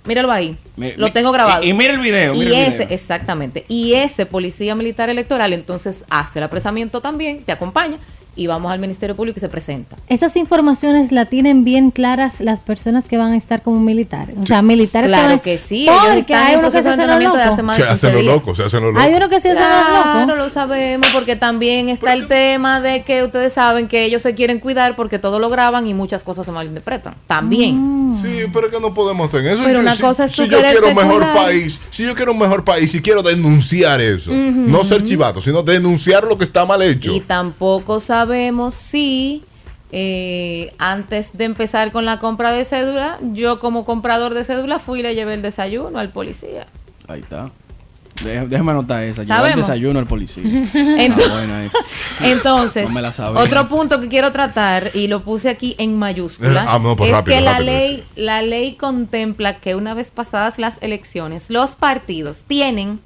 S16: míralo ahí.
S2: Mi-
S16: Lo
S2: mi-
S16: tengo grabado.
S2: Y, y mira el video.
S16: Y
S2: mira el
S16: ese,
S2: video.
S16: exactamente. Y ese policía militar electoral entonces hace el apresamiento también, te acompaña y vamos al Ministerio Público y se presenta.
S3: Esas informaciones la tienen bien claras las personas que van a estar como militares. O sea, militares
S16: Claro
S3: van-
S16: que sí, ellos
S3: Porque
S16: están
S3: hay
S16: en
S3: uno que
S16: proceso
S3: se
S16: de
S3: hacen los
S16: entrenamiento de
S3: locos.
S16: hace más
S1: se
S16: de 15
S1: hacen los
S16: días.
S1: locos, se hacen los locos.
S3: Hay uno que se hace los
S16: Claro,
S3: locos.
S16: lo sabemos, porque también está el tema de que ustedes saben que ellos se quieren cuidar porque todo lo graban y muchas cosas se malinterpretan. También.
S1: Sí, pero es que no podemos hacer eso.
S16: Pero
S1: Yo-
S16: una
S1: si,
S16: cosa es tú
S1: si yo
S16: quererte
S1: quiero un mejor
S16: cuidar.
S1: país, si yo quiero un mejor país y quiero denunciar eso,
S16: Ujú.
S1: no ser chivato, sino denunciar lo que está mal hecho.
S16: Y tampoco sabemos si eh, antes de empezar con la compra de cédula, yo como comprador de cédula fui y le llevé el desayuno al policía.
S2: Ahí está. Dé- Déjame anotar esa. Llevar el
S16: Sabemos.
S2: desayuno al policía.
S16: Entonces-
S2: Está buena esa.
S16: Entonces,
S2: No me la sabía.
S16: otro punto que quiero tratar y lo puse aquí en mayúscula
S2: Ah, no, pues
S16: es
S2: rápido,
S16: que la
S2: rápido,
S16: ley la ley contempla que una vez pasadas las elecciones, los partidos tienen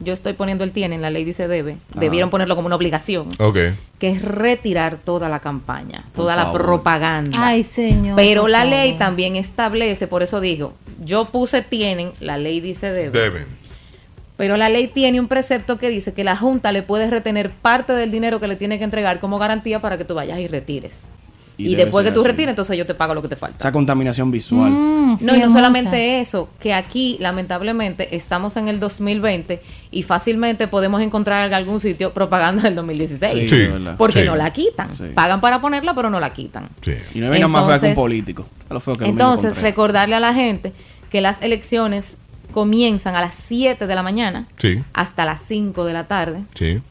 S16: yo estoy poniendo el tienen, la ley dice debe,
S1: Ah.
S16: debieron ponerlo como una obligación,
S1: Ok.
S16: que es retirar toda la campaña, toda la
S1: favor.
S16: propaganda.
S3: Ay, señor.
S16: Pero
S3: por
S16: la
S3: favor.
S16: ley también establece, por eso digo, yo puse tienen, la ley dice deben.
S1: Deben.
S16: Pero la ley tiene un precepto que dice que la Junta le puede retener parte del dinero que le tiene que entregar como garantía para que tú vayas y retires.
S2: Y
S16: Y,
S2: debe
S16: después que
S2: ser
S16: tú
S2: así.
S16: retires, entonces yo te pago lo que te falta.
S2: Esa contaminación visual.
S16: No, y no solamente eso, que aquí lamentablemente estamos en el 2020 y fántilmente podemos encontrar en algún sitio propaganda del
S2: Sí,
S16: 2016.
S2: Sí. es verdad.
S16: Porque
S2: Sí.
S16: no la quitan.
S2: Sí.
S16: Pagan para ponerla, pero no la quitan.
S2: Y no venga más fea que un
S16: Entonces-
S2: político. A lo feo que
S16: Entonces,
S2: se
S16: recordarle a la gente que las elecciones comienzan a las 7 de la mañana
S1: Sí,
S16: hasta las 5 de la tarde.
S1: sí.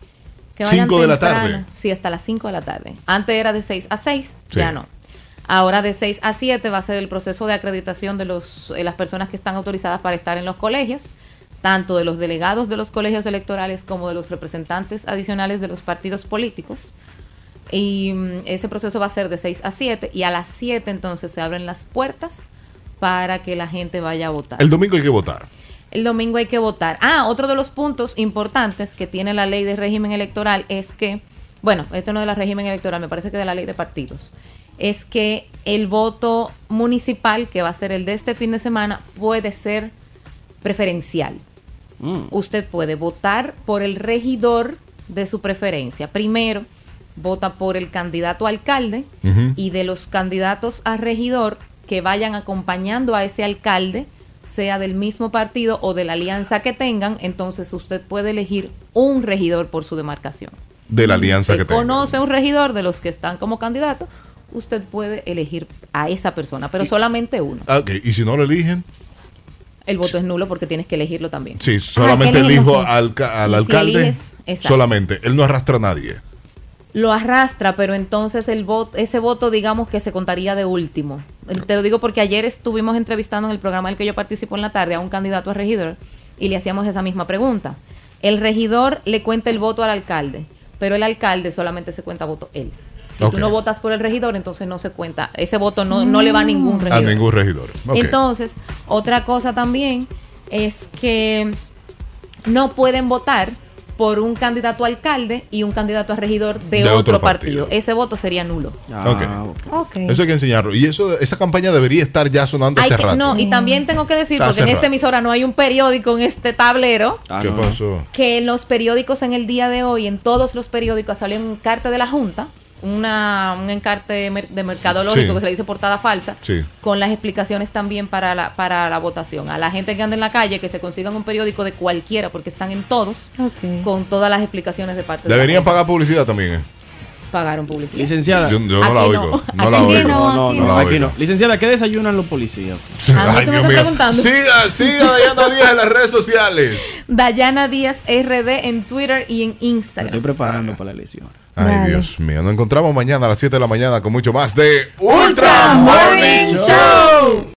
S16: Que vayan
S1: Cinco de la
S16: temprano.
S1: tarde.
S16: Sí, hasta las 5 de la tarde. Antes era de 6 a 6,
S1: Sí.
S16: ya no. Ahora de 6 a 7 va a ser el proceso de acreditación de los, eh, las personas que están autorizadas para estar en los colegios, tanto de los delegados de los colegios electorales como de los representantes adicionales de los partidos políticos. Y mm, ese proceso va a ser de 6 a 7 y a las 7 entonces se abren las puertas para que la gente vaya a votar.
S1: El domingo hay que votar.
S16: El domingo hay que votar. Ah, otro de los puntos importantes que tiene la ley de régimen electoral es que, bueno, esto no de la régimen electoral, me parece que de la ley de partidos, es que el voto municipal, que va a ser el de este fin de semana, puede ser preferencial. Usted puede votar por el regidor de su preferencia. Primero, vota por el candidato a alcalde
S1: Ujú.
S16: y de los candidatos a regidor que vayan acompañando a ese alcalde, sea del mismo partido o de la alianza que tengan, entonces usted puede elegir un regidor por su demarcación.
S1: de la alianza que
S16: Usted
S1: tengo.
S16: conoce un regidor de los que están como candidato, usted puede elegir a esa persona, pero solamente uno.
S1: Ah, ok. ¿Y si no lo eligen?
S16: El voto es nulo porque tienes que elegirlo también.
S1: Sí, solamente
S16: ¿qué eligen
S1: elijo
S16: entonces?
S1: al, ca- al
S16: Si
S1: alcalde.
S16: eliges, exacto.
S1: solamente. Él no arrastra a nadie.
S16: Lo arrastra, pero entonces el voto, ese voto digamos que se contaría de último. El- Te lo digo porque ayer estuvimos entrevistando en el programa en el que yo participo en la tarde a un candidato a regidor y le hacíamos esa misma pregunta. El regidor le cuenta el voto al alcalde, pero el alcalde solamente se cuenta voto él. Si
S1: Ok.
S16: tú no votas por el regidor, entonces no se cuenta. Ese voto no, no le va a ningún regidor.
S1: A ningún regidor. Ok.
S16: Entonces, otra cosa también es que no pueden votar por un candidato a alcalde y un candidato a regidor de,
S1: De
S16: otro,
S1: otro
S16: partido. Ese voto sería nulo.
S1: Ah, Ok. Eso hay que enseñarlo. Y eso, esa campaña debería estar ya sonando
S16: Hay
S1: hace
S16: que-
S1: rato.
S16: Eh, no, y también tengo que decir,
S1: Está
S16: porque en
S1: cerrado.
S16: esta emisora no hay un periódico en este tablero,
S1: ¿Qué pasó?
S16: que en los periódicos en el día de hoy, en todos los periódicos, salió un encarte de la Junta, una, un encarte de, mer- de mercadológico
S20: Sí.
S16: que se le dice portada falsa,
S20: Sí.
S16: con las explicaciones también para la, para la votación. A la gente que anda en la calle, que se consigan un periódico de cualquiera, porque están en todos, con todas las explicaciones de parte de
S1: Deberían pagar publicidad también. eh.
S16: la- pagaron publicidad.
S8: Licenciada.
S1: Yo, yo no la
S16: Aquí no.
S1: oigo. No la
S8: Aquí
S1: oigo.
S8: No, no, no,
S1: la
S8: aquí
S1: oigo.
S8: no. Licenciada, ¿qué desayunan los policías?
S1: Ay, Dios mío. Siga, siga Dayana Díaz en las redes sociales.
S16: Dayana Díaz RD en Twitter y en Instagram.
S8: preparando para la elección.
S1: Ay, Dios mío. Nos encontramos mañana a las 7 de la mañana con mucho más de
S16: Ultra Morning Show.